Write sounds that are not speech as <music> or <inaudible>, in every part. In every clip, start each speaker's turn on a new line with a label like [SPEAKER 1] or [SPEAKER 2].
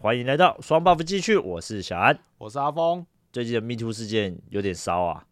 [SPEAKER 1] 欢迎来到双 buff 继续，我是小安。
[SPEAKER 2] 我是阿峰
[SPEAKER 1] 最近的 Me Too 事件有点骚啊，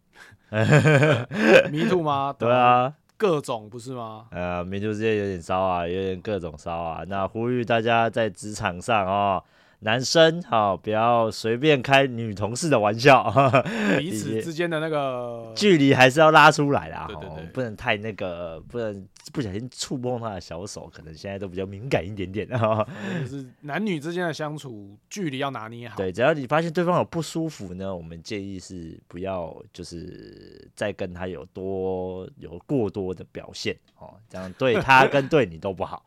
[SPEAKER 2] ，Me Too 吗？
[SPEAKER 1] 对，啊，
[SPEAKER 2] 各种不是吗？
[SPEAKER 1] 呃，Me Too 事件有点骚啊，有点各种骚啊。那呼吁大家在职场上哦，男生好、不要随便开女同事的玩笑，哦
[SPEAKER 2] 彼此之间的那个，
[SPEAKER 1] 距离还是要拉出来啦，
[SPEAKER 2] 对对
[SPEAKER 1] 哦
[SPEAKER 2] 对
[SPEAKER 1] 不能太那个，不能不小心触碰他的小手，可能现在都比较敏感一点点。哦哈。
[SPEAKER 2] 就是男女之间的相处距离要拿捏好。
[SPEAKER 1] 对，只要你发现对方有不舒服呢，我们建议是不要就是再跟他有多有过多的表现哦，这样对他跟对你都不好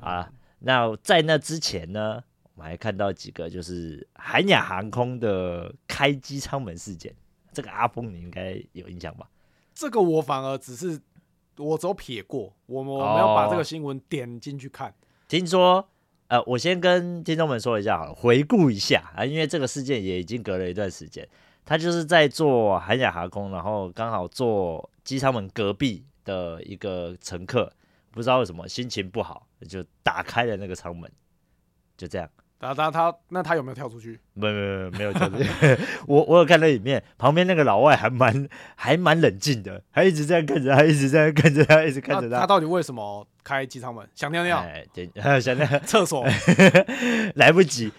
[SPEAKER 1] 啊。那在那之前呢，我们还看到几个就是韩亚航空的开机舱门事件，这个阿峰你应该有印象吧？
[SPEAKER 2] 这个我反而只是我只有撇过，我我
[SPEAKER 1] 哦
[SPEAKER 2] 没有把这个新闻点进去看。
[SPEAKER 1] 听说，呃，我先跟听众们说一下好了，回顾一下啊，因为这个事件也已经隔了一段时间。他就是在坐韩亚航空，然后刚好坐机舱门隔壁的一个乘客，不知道为什么心情不好，就打开了那个舱门，就这样。
[SPEAKER 2] 他他他，那他有没有跳出去？
[SPEAKER 1] 没有没有没有没有，就是我我有看那影片，旁边那个老外还蛮还蛮冷静的，还一直这样看着他，一直这样看着他，一直看着
[SPEAKER 2] 他他到底为什么开机舱门？想尿尿？
[SPEAKER 1] 哎，对，想到
[SPEAKER 2] 厕所，
[SPEAKER 1] 来不及，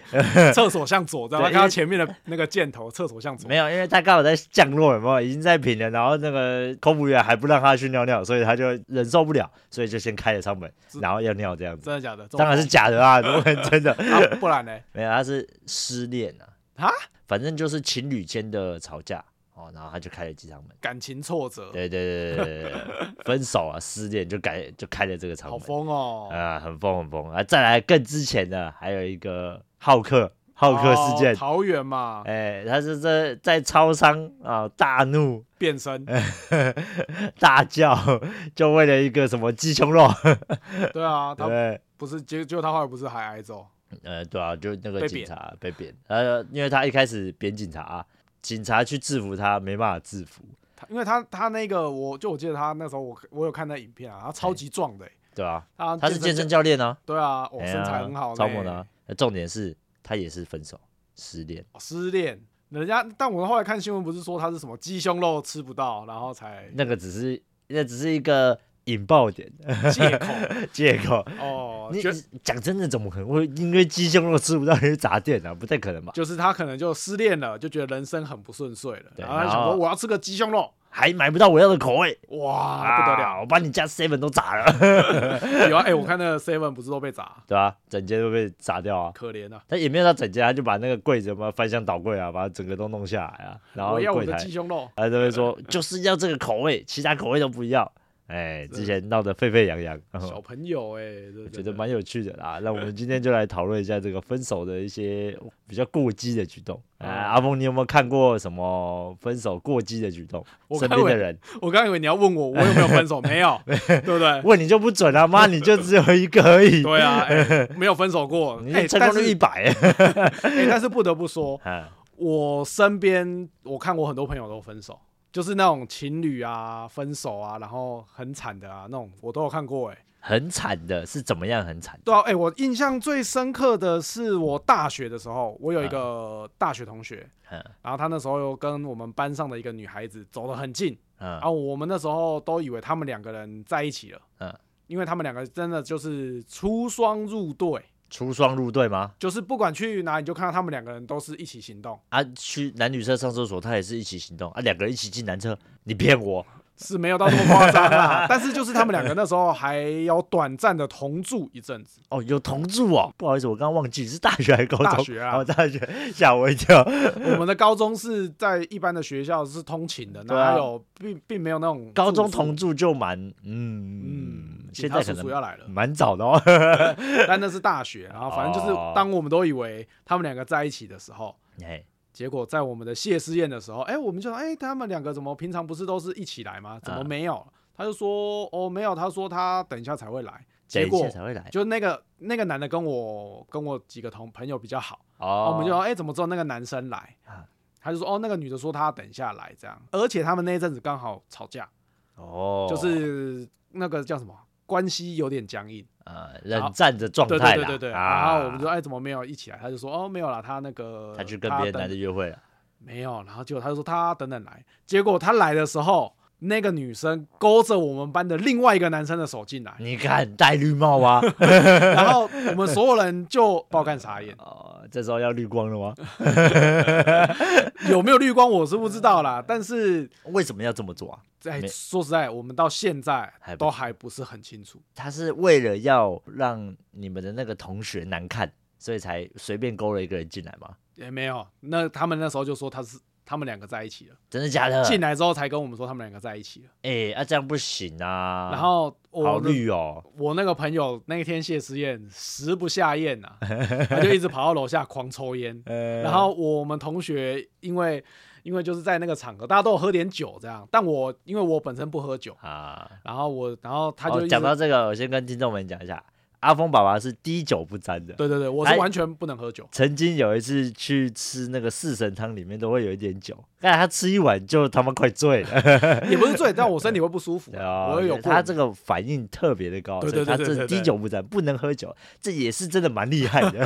[SPEAKER 2] 厕所向左，知道吗？
[SPEAKER 1] 对因为
[SPEAKER 2] 看到前面的那个箭头，厕所向左
[SPEAKER 1] 没。有，因为他刚好在降落，有没有？已经在平了，然后那个空服员还不让他去尿尿，所以他就忍受不了，所以就先开了舱门，
[SPEAKER 2] 是
[SPEAKER 1] 然后要尿这样子。
[SPEAKER 2] 真的假的？这种
[SPEAKER 1] 当然是假的啊，如果真的
[SPEAKER 2] 啊，不然呢？
[SPEAKER 1] 没有，他是失恋啊
[SPEAKER 2] 啊，
[SPEAKER 1] 反正就是情侣间的吵架哦，然后他就开了机舱门。
[SPEAKER 2] 感情挫折，
[SPEAKER 1] 对对对对对对，分手啊，失恋就改就开了这个舱
[SPEAKER 2] 好
[SPEAKER 1] 门。
[SPEAKER 2] 疯哦！
[SPEAKER 1] 啊，很疯很疯啊！再来更之前的还有一个浩克浩克事件
[SPEAKER 2] 哦，桃园嘛，
[SPEAKER 1] 哎、他是在在超商啊大怒。
[SPEAKER 2] 变身，
[SPEAKER 1] <laughs> 大叫，就为了一个什么鸡胸肉，
[SPEAKER 2] <laughs> 对啊，他
[SPEAKER 1] <laughs> 对，
[SPEAKER 2] 不是，结结果他后来不是还挨揍？
[SPEAKER 1] 呃，对啊，就那个
[SPEAKER 2] 被
[SPEAKER 1] 警
[SPEAKER 2] 贬
[SPEAKER 1] 察被贬，呃，因为他一开始贬警察、啊警察去制服他没办法制服，
[SPEAKER 2] 他因为他他那个，我就我记得他那时候我我有看那影片啊，他超级壮的欸、
[SPEAKER 1] 对吧、
[SPEAKER 2] 他
[SPEAKER 1] 他是健身
[SPEAKER 2] 身教，
[SPEAKER 1] 教练啊，
[SPEAKER 2] 对啊，哦
[SPEAKER 1] 哎呀
[SPEAKER 2] 身材很好呢，
[SPEAKER 1] 超猛的啊、呃重点是他也是分手失恋，
[SPEAKER 2] 哦失恋，人家但我后来看新闻不是说他是什么鸡胸肉吃不到，然后才
[SPEAKER 1] <laughs> 那个只是那只是一个引爆点 <laughs>
[SPEAKER 2] 借口
[SPEAKER 1] 借口。
[SPEAKER 2] 哦，
[SPEAKER 1] <laughs> 你
[SPEAKER 2] 就
[SPEAKER 1] 你讲真的，怎么可能会因为鸡胸肉吃不到你去砸店啊？不太可能吧？
[SPEAKER 2] 就是他可能就失恋了，就觉得人生很不顺遂了，
[SPEAKER 1] 对
[SPEAKER 2] 然后他
[SPEAKER 1] 然
[SPEAKER 2] 想
[SPEAKER 1] 后
[SPEAKER 2] 说我要吃个鸡胸肉，
[SPEAKER 1] 还买不到我要的口味
[SPEAKER 2] 哇不得
[SPEAKER 1] 啊我把你家 seven 都砸了，
[SPEAKER 2] 了，有啊，哎、我看那个 Seven 不是都被砸，
[SPEAKER 1] 对吧、整间都被砸掉啊！
[SPEAKER 2] 可怜啊。
[SPEAKER 1] 他也没有到整家，他就把那个柜子嘛翻箱倒柜啊，把它整个都弄下来啊，然后
[SPEAKER 2] 我要我
[SPEAKER 1] 柜
[SPEAKER 2] 的
[SPEAKER 1] 台
[SPEAKER 2] 鸡胸肉，
[SPEAKER 1] 他都会说就是要这个口味，其他口味都不要。哎，之前闹得沸沸扬扬，然
[SPEAKER 2] 小
[SPEAKER 1] 后
[SPEAKER 2] 朋友哎、我
[SPEAKER 1] 我觉得蛮有趣的
[SPEAKER 2] <laughs>
[SPEAKER 1] 啦。那我们今天就来讨论一下这个分手的一些比较过激的举动。哎，
[SPEAKER 2] 嗯
[SPEAKER 1] 阿峰，你有没有看过什么分手过激的举动？
[SPEAKER 2] 我
[SPEAKER 1] 身
[SPEAKER 2] 看
[SPEAKER 1] 边的
[SPEAKER 2] 我 <laughs>
[SPEAKER 1] 人
[SPEAKER 2] 我刚以为你要问我我有没有分手，
[SPEAKER 1] <laughs>
[SPEAKER 2] 没有，对不对？
[SPEAKER 1] 问你就不准啊，妈，你就只有一个而已，
[SPEAKER 2] <laughs> 对啊，
[SPEAKER 1] <laughs>
[SPEAKER 2] 哎没有分手过，
[SPEAKER 1] 你
[SPEAKER 2] 哎
[SPEAKER 1] 成
[SPEAKER 2] 但
[SPEAKER 1] 功率
[SPEAKER 2] 是
[SPEAKER 1] 一百。 <laughs>
[SPEAKER 2] 哎但是不得不说，
[SPEAKER 1] 啊
[SPEAKER 2] 我身边我看我很多朋友都分手，就是那种情侣啊分手啊，然后很惨的啊那种，我都有看过哎。
[SPEAKER 1] 很惨的，是怎么样很惨？
[SPEAKER 2] 对啊，哎，我印象最深刻的是我大学的时候，我有一个大学同学，
[SPEAKER 1] 嗯
[SPEAKER 2] 然后他那时候又跟我们班上的一个女孩子走得很近，
[SPEAKER 1] 嗯
[SPEAKER 2] 然后啊我们那时候都以为他们两个人在一起了，
[SPEAKER 1] 嗯
[SPEAKER 2] 嗯，因为他们两个真的就是出双入对，
[SPEAKER 1] 出双入对吗？
[SPEAKER 2] 就是不管去哪，你就看到他们两个人都是一起行动，
[SPEAKER 1] 啊，去男女厕上厕所，他也是一起行动啊，两个人一起进男厕，你骗我？
[SPEAKER 2] 是没有到这么夸张
[SPEAKER 1] <laughs>
[SPEAKER 2] 啦。但是就是他们两个那时候还有短暂的同住一阵子，
[SPEAKER 1] 哦，有同住哦，不好意思，我刚刚忘记是大学还是高中？
[SPEAKER 2] 大学啊
[SPEAKER 1] 哦，大学吓我一跳。
[SPEAKER 2] 我们的高中是在一般的学校是通勤的，
[SPEAKER 1] 对啊
[SPEAKER 2] 哪有并并没有那种
[SPEAKER 1] 高中
[SPEAKER 2] 住宿
[SPEAKER 1] 同住就蛮，嗯，
[SPEAKER 2] 嗯，
[SPEAKER 1] 现
[SPEAKER 2] 现
[SPEAKER 1] 在
[SPEAKER 2] 在
[SPEAKER 1] 可
[SPEAKER 2] 叔叔
[SPEAKER 1] 能
[SPEAKER 2] 要来了，
[SPEAKER 1] 蛮早的哦。
[SPEAKER 2] 但那是大学，然后反正就是
[SPEAKER 1] 哦
[SPEAKER 2] 当我们都以为他们两个在一起的时候，
[SPEAKER 1] 哎，
[SPEAKER 2] 结果在我们的谢师宴的时候，哎、我们就说，哎、他们两个怎么平常不是都是一起来吗？怎么
[SPEAKER 1] 嗯
[SPEAKER 2] 没有？他就说，哦，没有，他说他等一下才会来。
[SPEAKER 1] 等
[SPEAKER 2] 结
[SPEAKER 1] 一
[SPEAKER 2] 果
[SPEAKER 1] 下才会来
[SPEAKER 2] 就那个那个男的跟我跟我几个同朋友比较好，然
[SPEAKER 1] 哦
[SPEAKER 2] 后我们就说，哎、怎么知道那个男生来
[SPEAKER 1] 啊？
[SPEAKER 2] 他就说，哦，那个女的说她等一下来这样，而且他们那一阵子刚好吵架，
[SPEAKER 1] 哦，
[SPEAKER 2] 就是那个叫什么关系有点僵硬，
[SPEAKER 1] 呃，冷战的状
[SPEAKER 2] 对
[SPEAKER 1] 态
[SPEAKER 2] 对
[SPEAKER 1] 啦，
[SPEAKER 2] 对对对。然
[SPEAKER 1] 啊，
[SPEAKER 2] 后我们就哎怎么没有一起来？他就说哦没有啦，他那个
[SPEAKER 1] 他去跟别的
[SPEAKER 2] 等
[SPEAKER 1] 男的约会了，
[SPEAKER 2] 没有，然后结果他就说他等等来，结果他来的时候，那个女生勾着我们班的另外一个男生的
[SPEAKER 1] <laughs>
[SPEAKER 2] 手进来，
[SPEAKER 1] 你看戴绿帽啊，
[SPEAKER 2] 然后我们所有人就爆干
[SPEAKER 1] <laughs>
[SPEAKER 2] 傻眼，
[SPEAKER 1] 哦，这时候要绿光了吗？
[SPEAKER 2] 有没有绿光我是不知道啦，但是
[SPEAKER 1] 为什么要这么做啊？
[SPEAKER 2] 哎
[SPEAKER 1] 没
[SPEAKER 2] 说实在，我们到现在
[SPEAKER 1] 还不
[SPEAKER 2] 都还不是很清楚，
[SPEAKER 1] 他是为了要让你们的那个同学难看，所以才随便勾了一个人进来吗？
[SPEAKER 2] 也没有。那他们那时候就说他是他们两个在一起了，
[SPEAKER 1] 真的假的？
[SPEAKER 2] 进来之后才跟我们说他们两个在一起了，
[SPEAKER 1] 哎、啊，这样不行啊！
[SPEAKER 2] 然后我
[SPEAKER 1] 好
[SPEAKER 2] 的
[SPEAKER 1] 绿哦，
[SPEAKER 2] 我那个朋友那天谢师宴食不下咽呐、他就一直跑到楼下狂抽烟。
[SPEAKER 1] 呃
[SPEAKER 2] 然后我们同学因为因为就是在那个场合，大家都有喝点酒这样，但我因为我本身不喝酒，
[SPEAKER 1] 啊，
[SPEAKER 2] 然后我然后他
[SPEAKER 1] 哦
[SPEAKER 2] 就一直
[SPEAKER 1] 讲、到这个，我先跟听众们讲一下，阿峰爸爸是滴酒不沾的。
[SPEAKER 2] 对对对，我是
[SPEAKER 1] 哎
[SPEAKER 2] 完全不能喝酒，
[SPEAKER 1] 曾经有一次去吃那个四神汤，里面都会有一点酒，但他吃一碗就他妈快醉
[SPEAKER 2] <laughs>
[SPEAKER 1] 了。
[SPEAKER 2] 也不是醉，但我身体会不舒服啊，
[SPEAKER 1] 哦 <laughs>
[SPEAKER 2] 我有过
[SPEAKER 1] 他这个反应特别的高，
[SPEAKER 2] 对
[SPEAKER 1] 所以
[SPEAKER 2] 对
[SPEAKER 1] 他
[SPEAKER 2] 对对
[SPEAKER 1] 这
[SPEAKER 2] 对对
[SPEAKER 1] 滴酒不沾，不能喝酒，这也是真的蛮厉害
[SPEAKER 2] <laughs>
[SPEAKER 1] 的。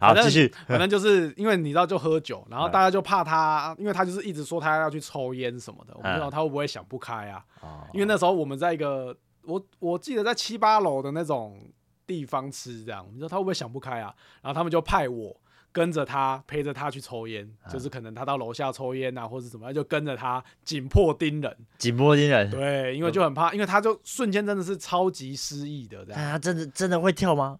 [SPEAKER 1] 好，
[SPEAKER 2] 反正
[SPEAKER 1] 继续。 <laughs> 嗯
[SPEAKER 2] 反正就是因为你知道就喝酒，然后大家就怕他，因为他就是一直说他要去抽烟什么的，我不知
[SPEAKER 1] 嗯
[SPEAKER 2] 道他会不会想不开啊，
[SPEAKER 1] 哦
[SPEAKER 2] 因为那时候我们在一个我我记得在七八楼的那种地方吃这样，你知道他会不会想不开啊？然后他们就派我跟着他陪着他去抽烟，就是可能他到楼下抽烟啊，或者怎么样，就跟着他紧迫盯人。
[SPEAKER 1] 紧迫盯人，
[SPEAKER 2] 对，因为就很怕，因为他就瞬间真的是超级失忆的这
[SPEAKER 1] 但
[SPEAKER 2] 样，
[SPEAKER 1] 他真的真的会跳吗？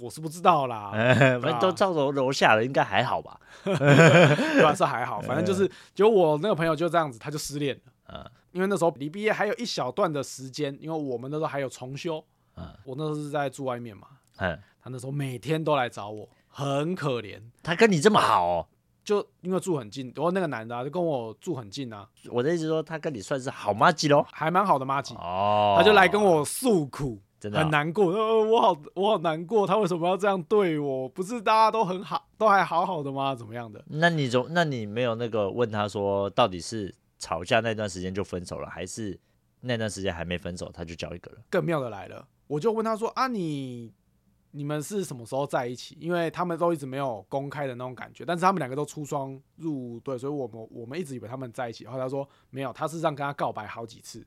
[SPEAKER 2] 我是不知道
[SPEAKER 1] <laughs>
[SPEAKER 2] 啦，
[SPEAKER 1] 反
[SPEAKER 2] 对
[SPEAKER 1] 正
[SPEAKER 2] 啊
[SPEAKER 1] 都到楼楼下了，应该还好吧？
[SPEAKER 2] 对啊，是还好，反正就是，就我那个朋友就这样子，他就失恋了。
[SPEAKER 1] 嗯
[SPEAKER 2] 因为那时候离毕业还有一小段的时间，因为我们那时候还有重修，
[SPEAKER 1] 嗯
[SPEAKER 2] 我那时候是在住外面嘛，
[SPEAKER 1] 嗯，
[SPEAKER 2] 他那时候每天都来找我，很可怜。
[SPEAKER 1] 他跟你这么好哦，
[SPEAKER 2] 就因为住很近，然后那个男的、啊、就跟我住很近啊，
[SPEAKER 1] 我的意思说，他跟你算是好妈吉喽。
[SPEAKER 2] 还蛮好的妈吉，
[SPEAKER 1] 哦，
[SPEAKER 2] 他就来跟我诉苦，
[SPEAKER 1] 真的啊
[SPEAKER 2] 很难过，呃，我好我好难过，他为什么要这样对我？不是大家都很好，都还好好的吗？怎么样的？
[SPEAKER 1] 那你总，那你没有那个问他说，到底是吵架那段时间就分手了，还是那段时间还没分手他就交一个 <laughs> 了？
[SPEAKER 2] 更妙的来了，我就问他说啊你。你们是什么时候在一起？因为他们都一直没有公开的那种感觉，但是他们两个都出双入对，所以我们我们一直以为他们在一起。然后他说没有，他事实上跟他告白好几次，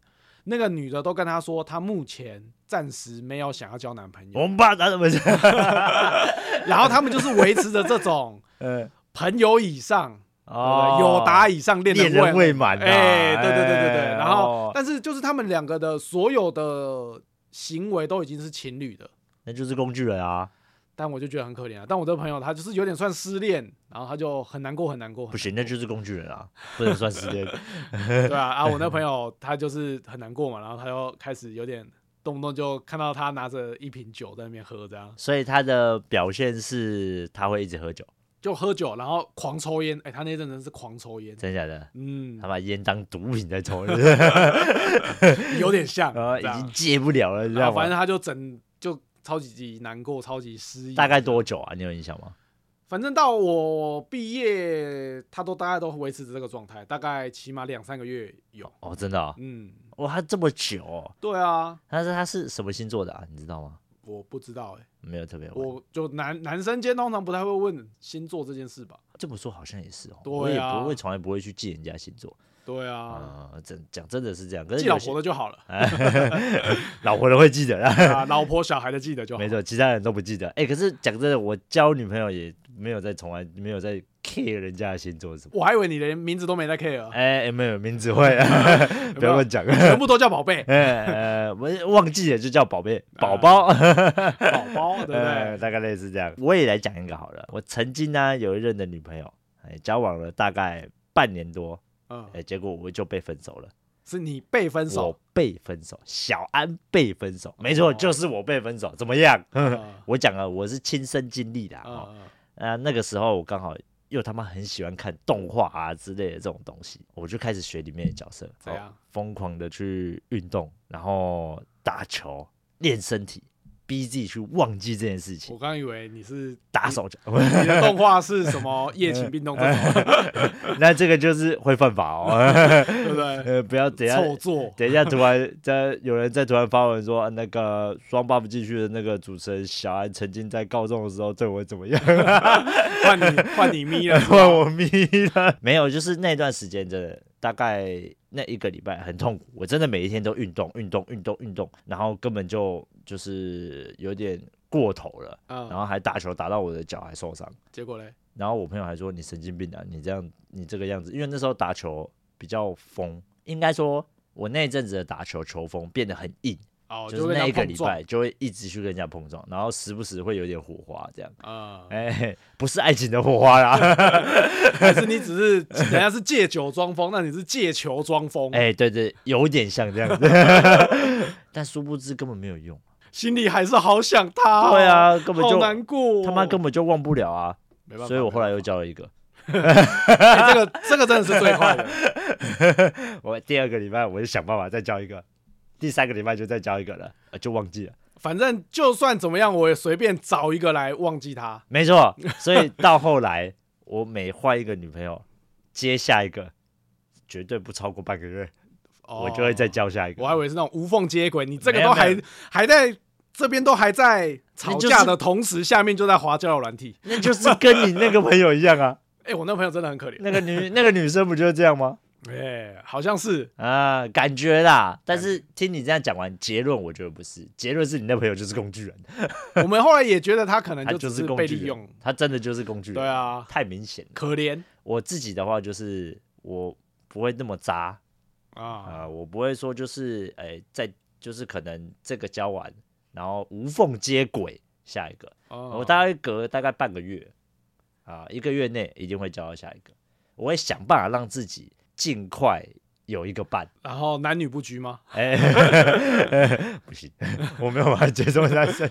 [SPEAKER 2] 那个女的都跟他说，她目前暂时没有想要交男朋友。
[SPEAKER 1] 我们爸他不是？ <laughs>
[SPEAKER 2] 然后他们就是维持着这种
[SPEAKER 1] 嗯，
[SPEAKER 2] 朋友以上、
[SPEAKER 1] <laughs> 哦，
[SPEAKER 2] 对不对有达以上恋
[SPEAKER 1] 恋
[SPEAKER 2] 人
[SPEAKER 1] 人
[SPEAKER 2] 未
[SPEAKER 1] 未满、啊，
[SPEAKER 2] 哎，对对对对对。
[SPEAKER 1] 哎
[SPEAKER 2] 然后
[SPEAKER 1] 哦，
[SPEAKER 2] 但是就是他们两个的所有的行为都已经是情侣的，
[SPEAKER 1] 那就是工具人啊，
[SPEAKER 2] 但我就觉得很可怜啊。但我的朋友他就是有点算失恋，然后他就很难过，很难过，很
[SPEAKER 1] 不行，那
[SPEAKER 2] 难
[SPEAKER 1] 就是工具人啊，不能算是恋。
[SPEAKER 2] 过对啊
[SPEAKER 1] <laughs>
[SPEAKER 2] 啊！我那朋友他就是很难过嘛，然后他就开始有点动不动就看到他拿着一瓶酒在那边喝，这样
[SPEAKER 1] 所以他的表现是他会一直喝酒，
[SPEAKER 2] 就喝酒，然后狂抽烟。哎，他那阵子是狂抽烟，
[SPEAKER 1] 真的假的？
[SPEAKER 2] 嗯
[SPEAKER 1] 他，把烟当毒品在 <laughs> 抽，是不是
[SPEAKER 2] 有
[SPEAKER 1] <laughs>
[SPEAKER 2] 点像，
[SPEAKER 1] 然后
[SPEAKER 2] 这
[SPEAKER 1] 呃已
[SPEAKER 2] 样
[SPEAKER 1] 经戒不了了，你知
[SPEAKER 2] 然
[SPEAKER 1] 道
[SPEAKER 2] 后反
[SPEAKER 1] 吗？
[SPEAKER 2] 正他就整就超级难过，超级失意。
[SPEAKER 1] 大概多久啊？你有印象吗？
[SPEAKER 2] 反正到我毕业，他都大概都维持着这个状态，大概起码两三个月有。
[SPEAKER 1] 哦，真的哦，
[SPEAKER 2] 嗯，
[SPEAKER 1] 哇，他这么久哦，
[SPEAKER 2] 对啊，
[SPEAKER 1] 但是他是什么星座的啊？你知道吗？
[SPEAKER 2] 我不知道哎、
[SPEAKER 1] 没有特别问，
[SPEAKER 2] 我就男男生间通常不太会问星座这件事吧？
[SPEAKER 1] 这么说好像也是哦，
[SPEAKER 2] 对
[SPEAKER 1] 我也
[SPEAKER 2] 啊
[SPEAKER 1] 不会，从来不会去记人家星座
[SPEAKER 2] 对啊，
[SPEAKER 1] 啊。真讲真的是这样，可是
[SPEAKER 2] 记老
[SPEAKER 1] 有些
[SPEAKER 2] 婆的就
[SPEAKER 1] <laughs>
[SPEAKER 2] 好了，
[SPEAKER 1] 老婆都会记得啦，
[SPEAKER 2] 对啊，老婆小孩的记得就好
[SPEAKER 1] 没。错，其他人都不记得。哎，可是讲真的，我交女朋友也没有在从来没有在 care 人家的星座是什么。
[SPEAKER 2] 我还以为你连名字都没在 care，
[SPEAKER 1] 哎，哎没有名字会，啊
[SPEAKER 2] <laughs> 有
[SPEAKER 1] 不
[SPEAKER 2] 没
[SPEAKER 1] 要
[SPEAKER 2] 有
[SPEAKER 1] 乱讲。、
[SPEAKER 2] 全部都叫宝贝
[SPEAKER 1] <laughs> 哎，呃我忘记了就叫宝贝宝宝，
[SPEAKER 2] 宝宝，啊对不
[SPEAKER 1] 呃，
[SPEAKER 2] 对？
[SPEAKER 1] <laughs> 大概类似这样。我也来讲一个好了，我曾经呢、有一任的女朋友，哎，交往了大概半年多，
[SPEAKER 2] 嗯，
[SPEAKER 1] 哎，结果我就被分手了。
[SPEAKER 2] 是你被分手
[SPEAKER 1] 我，被分手，小安被分手，没错，
[SPEAKER 2] 哦
[SPEAKER 1] 就是我被分手，怎么样？ <laughs>
[SPEAKER 2] 嗯
[SPEAKER 1] 我讲了，我是亲身经历的啊、哦。
[SPEAKER 2] 嗯
[SPEAKER 1] 啊，那个时候我刚好又他妈很喜欢看动画啊之类的这种东西，我就开始学里面的角色，
[SPEAKER 2] 怎样
[SPEAKER 1] 疯狂的去运动，然后打球练身体。逼自己去忘记这件事情
[SPEAKER 2] 我，刚以为你是
[SPEAKER 1] 打手枪。
[SPEAKER 2] 你的动画是什么夜勤病动这种，
[SPEAKER 1] <laughs> 哎那这个就是会犯法哦， <laughs>
[SPEAKER 2] 对不对？
[SPEAKER 1] 呃，不要等一下
[SPEAKER 2] 凑作，
[SPEAKER 1] 等一下，突然在有人在突然发文说，啊那个双爸不进去的那个主持人小安曾经在高中的时候对我怎么样，
[SPEAKER 2] 换你换你咪了，
[SPEAKER 1] 问 <laughs> 我迷了。 <laughs> 没有，就是那段时间真的大概那一个礼拜很痛苦，我真的每一天都运动运动运动运动，然后根本就就是有点过头了，然
[SPEAKER 2] 嗯，
[SPEAKER 1] 后还打球打到我的脚还受伤。
[SPEAKER 2] 结果嘞，
[SPEAKER 1] 然后我朋友还说你神经病啊，你这样你这个样子，因为那时候打球比较疯，应该说我那一阵子的打球球风变得很硬，
[SPEAKER 2] 哦，
[SPEAKER 1] 就是
[SPEAKER 2] 跟人
[SPEAKER 1] 那
[SPEAKER 2] 家
[SPEAKER 1] 一个
[SPEAKER 2] 碰
[SPEAKER 1] 礼
[SPEAKER 2] 撞，
[SPEAKER 1] 拜就会一直去跟人家碰撞，然后时不时会有点火花这样。
[SPEAKER 2] 啊，
[SPEAKER 1] 哎、不是爱情的火花啦，
[SPEAKER 2] <laughs> 还是你只是人家是借酒装疯，那你是借球装疯，
[SPEAKER 1] 哎、对对，有点像这样子， <laughs> 但殊不知根本没有用。
[SPEAKER 2] 心里还是好想他，哦
[SPEAKER 1] 对，啊，根本
[SPEAKER 2] 好
[SPEAKER 1] 就
[SPEAKER 2] 难过，哦
[SPEAKER 1] 他妈根本就忘不了啊，
[SPEAKER 2] 没办法，
[SPEAKER 1] 所以我后来又
[SPEAKER 2] 没
[SPEAKER 1] 交了一个。
[SPEAKER 2] 办法，哎这个这个真的是最快的，
[SPEAKER 1] <laughs> 我第二个礼拜我就想办法再交一个，第三个礼拜就再交一个了，呃就忘记了。
[SPEAKER 2] 反正就算怎么样，我也随便找一个来忘记他，
[SPEAKER 1] 没错，所以到后来，我每换一个女朋友，接下一个，绝对不超过半个月，
[SPEAKER 2] 哦
[SPEAKER 1] 我就会再。交下一个。
[SPEAKER 2] 我还以为是那种无缝接轨，你这个
[SPEAKER 1] 没有
[SPEAKER 2] 都
[SPEAKER 1] 没
[SPEAKER 2] 还
[SPEAKER 1] 有
[SPEAKER 2] 还在这边都还在吵
[SPEAKER 1] 就是
[SPEAKER 2] 架的同时，下面就在滑交友软体。
[SPEAKER 1] 那就是跟你那个朋友一样啊，
[SPEAKER 2] 哎、我那朋友真的很可怜。
[SPEAKER 1] 那个女那个女生不就是这样吗？
[SPEAKER 2] 哎、好像是
[SPEAKER 1] 啊，感觉啦。但是听你这样讲完，结论我觉得不是，结论是你那朋友就是工具人，
[SPEAKER 2] 我们后来也觉得他可能
[SPEAKER 1] 他
[SPEAKER 2] 只
[SPEAKER 1] 是
[SPEAKER 2] 是
[SPEAKER 1] 工
[SPEAKER 2] 被
[SPEAKER 1] 具
[SPEAKER 2] 利
[SPEAKER 1] 人
[SPEAKER 2] 用。
[SPEAKER 1] 他真的就是工具人。
[SPEAKER 2] 对，啊，
[SPEAKER 1] 太明显了。
[SPEAKER 2] 可怜
[SPEAKER 1] 我自己的话就是我不会那么渣，
[SPEAKER 2] 啊，
[SPEAKER 1] 啊，我不会说就是诶、在就是可能这个交完，然后无缝接轨下一个，我
[SPEAKER 2] 我
[SPEAKER 1] 大概隔大概半个月啊，一个月内一定会交到下一个，我会想办法让自己尽快有一个伴。
[SPEAKER 2] 然后男女不拘吗？ <laughs>
[SPEAKER 1] 哎、 <laughs> 不行，我没有办法接受男生。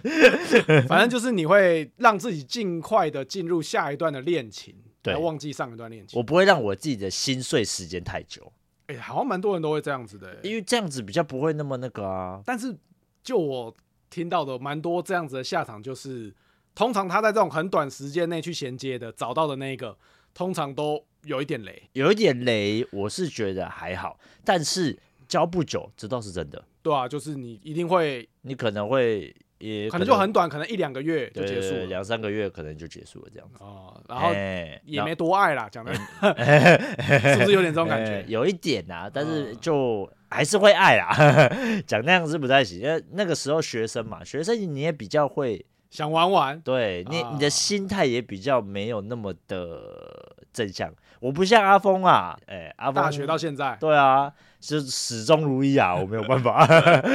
[SPEAKER 2] 反正就是你会让自己尽快的进入下一段的恋情，
[SPEAKER 1] 对
[SPEAKER 2] 来忘记上一段恋情。
[SPEAKER 1] 我不会让我自己的心碎时间太久，
[SPEAKER 2] 哎、好像蛮多人都会这样子的、
[SPEAKER 1] 因为这样子比较不会那么那个啊。
[SPEAKER 2] 但是就我听到的蛮多这样子的下场，就是通常他在这种很短时间内去衔接的找到的那一个，通常都有一点雷，
[SPEAKER 1] 有一点雷，我是觉得还好，但是交不久，这倒是真的。
[SPEAKER 2] 对啊，就是你一定会
[SPEAKER 1] 你可能会也
[SPEAKER 2] 可能就很短，可能一两个月就
[SPEAKER 1] 对
[SPEAKER 2] 结束
[SPEAKER 1] 对
[SPEAKER 2] 了
[SPEAKER 1] 两三个月可能就结束了这样子。
[SPEAKER 2] 哦，然后
[SPEAKER 1] 哎
[SPEAKER 2] 也
[SPEAKER 1] 然
[SPEAKER 2] 没
[SPEAKER 1] 后
[SPEAKER 2] 多爱啦，讲的
[SPEAKER 1] <laughs>
[SPEAKER 2] <laughs> 是不是有点这种感
[SPEAKER 1] 哎
[SPEAKER 2] 觉？
[SPEAKER 1] 有一点啊，但是
[SPEAKER 2] 嗯
[SPEAKER 1] 就还是会爱啦。 <laughs> 讲那样是不太行，因为那个时候学生嘛，学生你也比较会，
[SPEAKER 2] 想玩玩，
[SPEAKER 1] 对你、你
[SPEAKER 2] 啊
[SPEAKER 1] 的心态也比较没有那么的正向。我不像阿峰啊，哎，阿峰
[SPEAKER 2] 大学到现在，
[SPEAKER 1] 对啊，就是始终如一啊，我没有办
[SPEAKER 2] <laughs>
[SPEAKER 1] 法，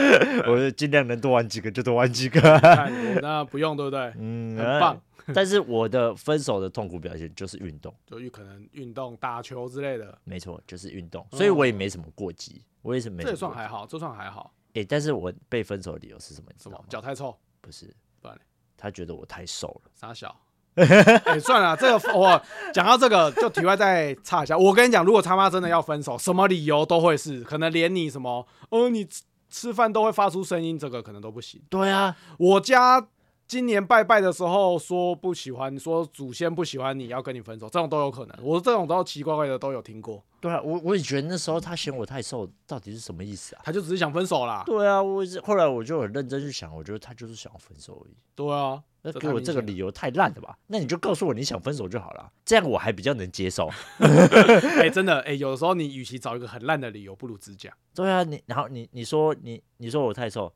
[SPEAKER 1] <laughs> 我就尽量能多玩几个就多玩几个。
[SPEAKER 2] 看我那不用对不对？
[SPEAKER 1] 嗯，
[SPEAKER 2] 很棒，
[SPEAKER 1] 但是我的分手的痛苦表现就是运动，
[SPEAKER 2] 就可能运动、打球之类的，
[SPEAKER 1] 没错，就是运动，所以我也没什么过激，我也是没什
[SPEAKER 2] 这
[SPEAKER 1] 么
[SPEAKER 2] 也算
[SPEAKER 1] 过激
[SPEAKER 2] 还好，这算还好。
[SPEAKER 1] 诶，但是我被分手的理由是什么？你知
[SPEAKER 2] 什
[SPEAKER 1] 道
[SPEAKER 2] 么
[SPEAKER 1] 吗？
[SPEAKER 2] 脚太臭？
[SPEAKER 1] 不是
[SPEAKER 2] 不然嘞，
[SPEAKER 1] 他觉得我太瘦了。
[SPEAKER 2] 傻小。
[SPEAKER 1] <laughs>
[SPEAKER 2] 哎、算了，这个我讲到这个就题外再插一下。我跟你讲，如果他妈真的要分手，什么理由都会是，可能连你什么，哦，你吃吃饭都会发出声音，这个可能都不行。
[SPEAKER 1] 对啊，
[SPEAKER 2] 我家今年拜拜的时候说不喜欢，说祖先不喜欢你，要跟你分手，这种都有可能。我这种都奇怪怪的都有听过，
[SPEAKER 1] 对啊，我我也觉得那时候他嫌我太瘦，到底是什么意思啊？
[SPEAKER 2] 他就只是想分手
[SPEAKER 1] <laughs>
[SPEAKER 2] 啦。
[SPEAKER 1] 对啊，我也是后来我就很认真去想，我觉得他就是想要分手而已。
[SPEAKER 2] 对啊，
[SPEAKER 1] 那
[SPEAKER 2] 这
[SPEAKER 1] 给
[SPEAKER 2] 太
[SPEAKER 1] 我
[SPEAKER 2] 明
[SPEAKER 1] 这个
[SPEAKER 2] 显了
[SPEAKER 1] 理由太烂了吧？那你就告诉我你想分手就好了，这样我还比较能接受。
[SPEAKER 2] 哎、真的，哎、有的时候你与其找一个很烂的理由，不如直讲。
[SPEAKER 1] 对啊，你然后你你说你你说我太瘦，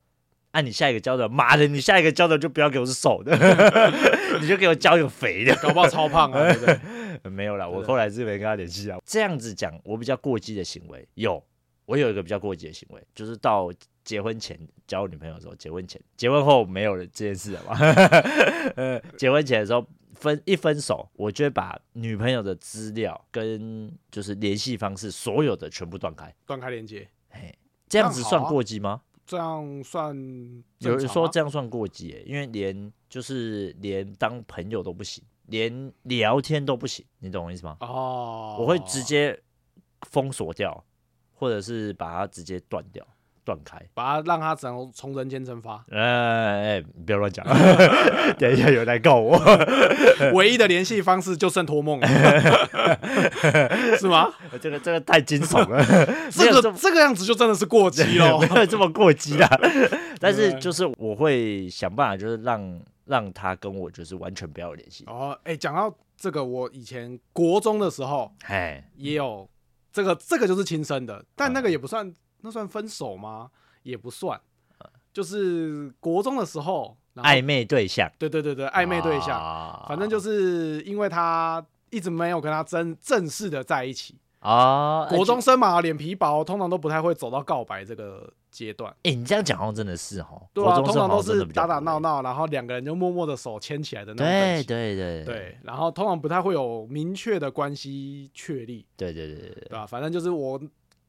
[SPEAKER 1] 按、你下一个交的，妈的，你下一个交的就不要给我是瘦的， <laughs> 你就给我交一个肥的。
[SPEAKER 2] 搞不好超胖啊，对不对？
[SPEAKER 1] 没有啦，我
[SPEAKER 2] 对啊
[SPEAKER 1] 后来是没跟他联系啊。这样子讲，我比较过激的行为有，我有一个比较过激的行为，就是到结婚前交女朋友的时候，结婚前，结婚后没有了这件事了嘛。呃，结婚前的时候分一分手，我就会把女朋友的资料跟就是联系方式所有的全部断开，
[SPEAKER 2] 断开连接，
[SPEAKER 1] 这样子
[SPEAKER 2] 这样好啊
[SPEAKER 1] 算过激吗？
[SPEAKER 2] 这样算
[SPEAKER 1] 有人说
[SPEAKER 2] 这
[SPEAKER 1] 这样算过激耶、因为连就是连当朋友都不行，连聊天都不行，你懂我意思吗？
[SPEAKER 2] 哦，
[SPEAKER 1] 我会直接封锁掉，或者是把它直接断掉。断开。，
[SPEAKER 2] 把他让他只能从人间蒸发
[SPEAKER 1] 哎、哎，你不要乱 <laughs> 讲，等一下有人来告我。
[SPEAKER 2] 唯一的联系方式就剩托梦了，是吗？
[SPEAKER 1] <laughs> 这个这个太惊悚
[SPEAKER 2] <laughs>
[SPEAKER 1] 了，没
[SPEAKER 2] 这
[SPEAKER 1] 有
[SPEAKER 2] 个
[SPEAKER 1] 么
[SPEAKER 2] 这个样子就真的是过激喽
[SPEAKER 1] <laughs> 没。有这么过激
[SPEAKER 2] <laughs>
[SPEAKER 1] 啦。但是
[SPEAKER 2] 对啊
[SPEAKER 1] 就是我会想办法，就是让让他跟我就是完全不要有联系。
[SPEAKER 2] 哦，哎、讲到这个，我以前国中的时候
[SPEAKER 1] 哎，
[SPEAKER 2] 也有这个，这个就是亲生的，但那个
[SPEAKER 1] 嗯
[SPEAKER 2] 也不算，那算分手吗？也不算，就是国中的时候，然后
[SPEAKER 1] 嗯暧昧对象，
[SPEAKER 2] 对对对对，哦暧昧对象，
[SPEAKER 1] 啊
[SPEAKER 2] 反正就是因为他一直没有跟他真正式的在一起，
[SPEAKER 1] 啊，
[SPEAKER 2] 国中生嘛，脸皮薄，通常都不太会走到告白这个阶段。
[SPEAKER 1] 哎、你这样讲好像真的是哦，
[SPEAKER 2] 对
[SPEAKER 1] 国
[SPEAKER 2] 啊，
[SPEAKER 1] 中
[SPEAKER 2] 通
[SPEAKER 1] 生
[SPEAKER 2] 常
[SPEAKER 1] 好
[SPEAKER 2] 都
[SPEAKER 1] 像真的
[SPEAKER 2] 是
[SPEAKER 1] 比较
[SPEAKER 2] 打打
[SPEAKER 1] 不
[SPEAKER 2] 闹
[SPEAKER 1] 会，
[SPEAKER 2] 闹，然后两个人就默默的手牵起来的那种等
[SPEAKER 1] 对
[SPEAKER 2] 级。
[SPEAKER 1] 对对
[SPEAKER 2] 对，然后通常不太会有明确的关系确立，
[SPEAKER 1] 对对对对对
[SPEAKER 2] 对吧、反正就是我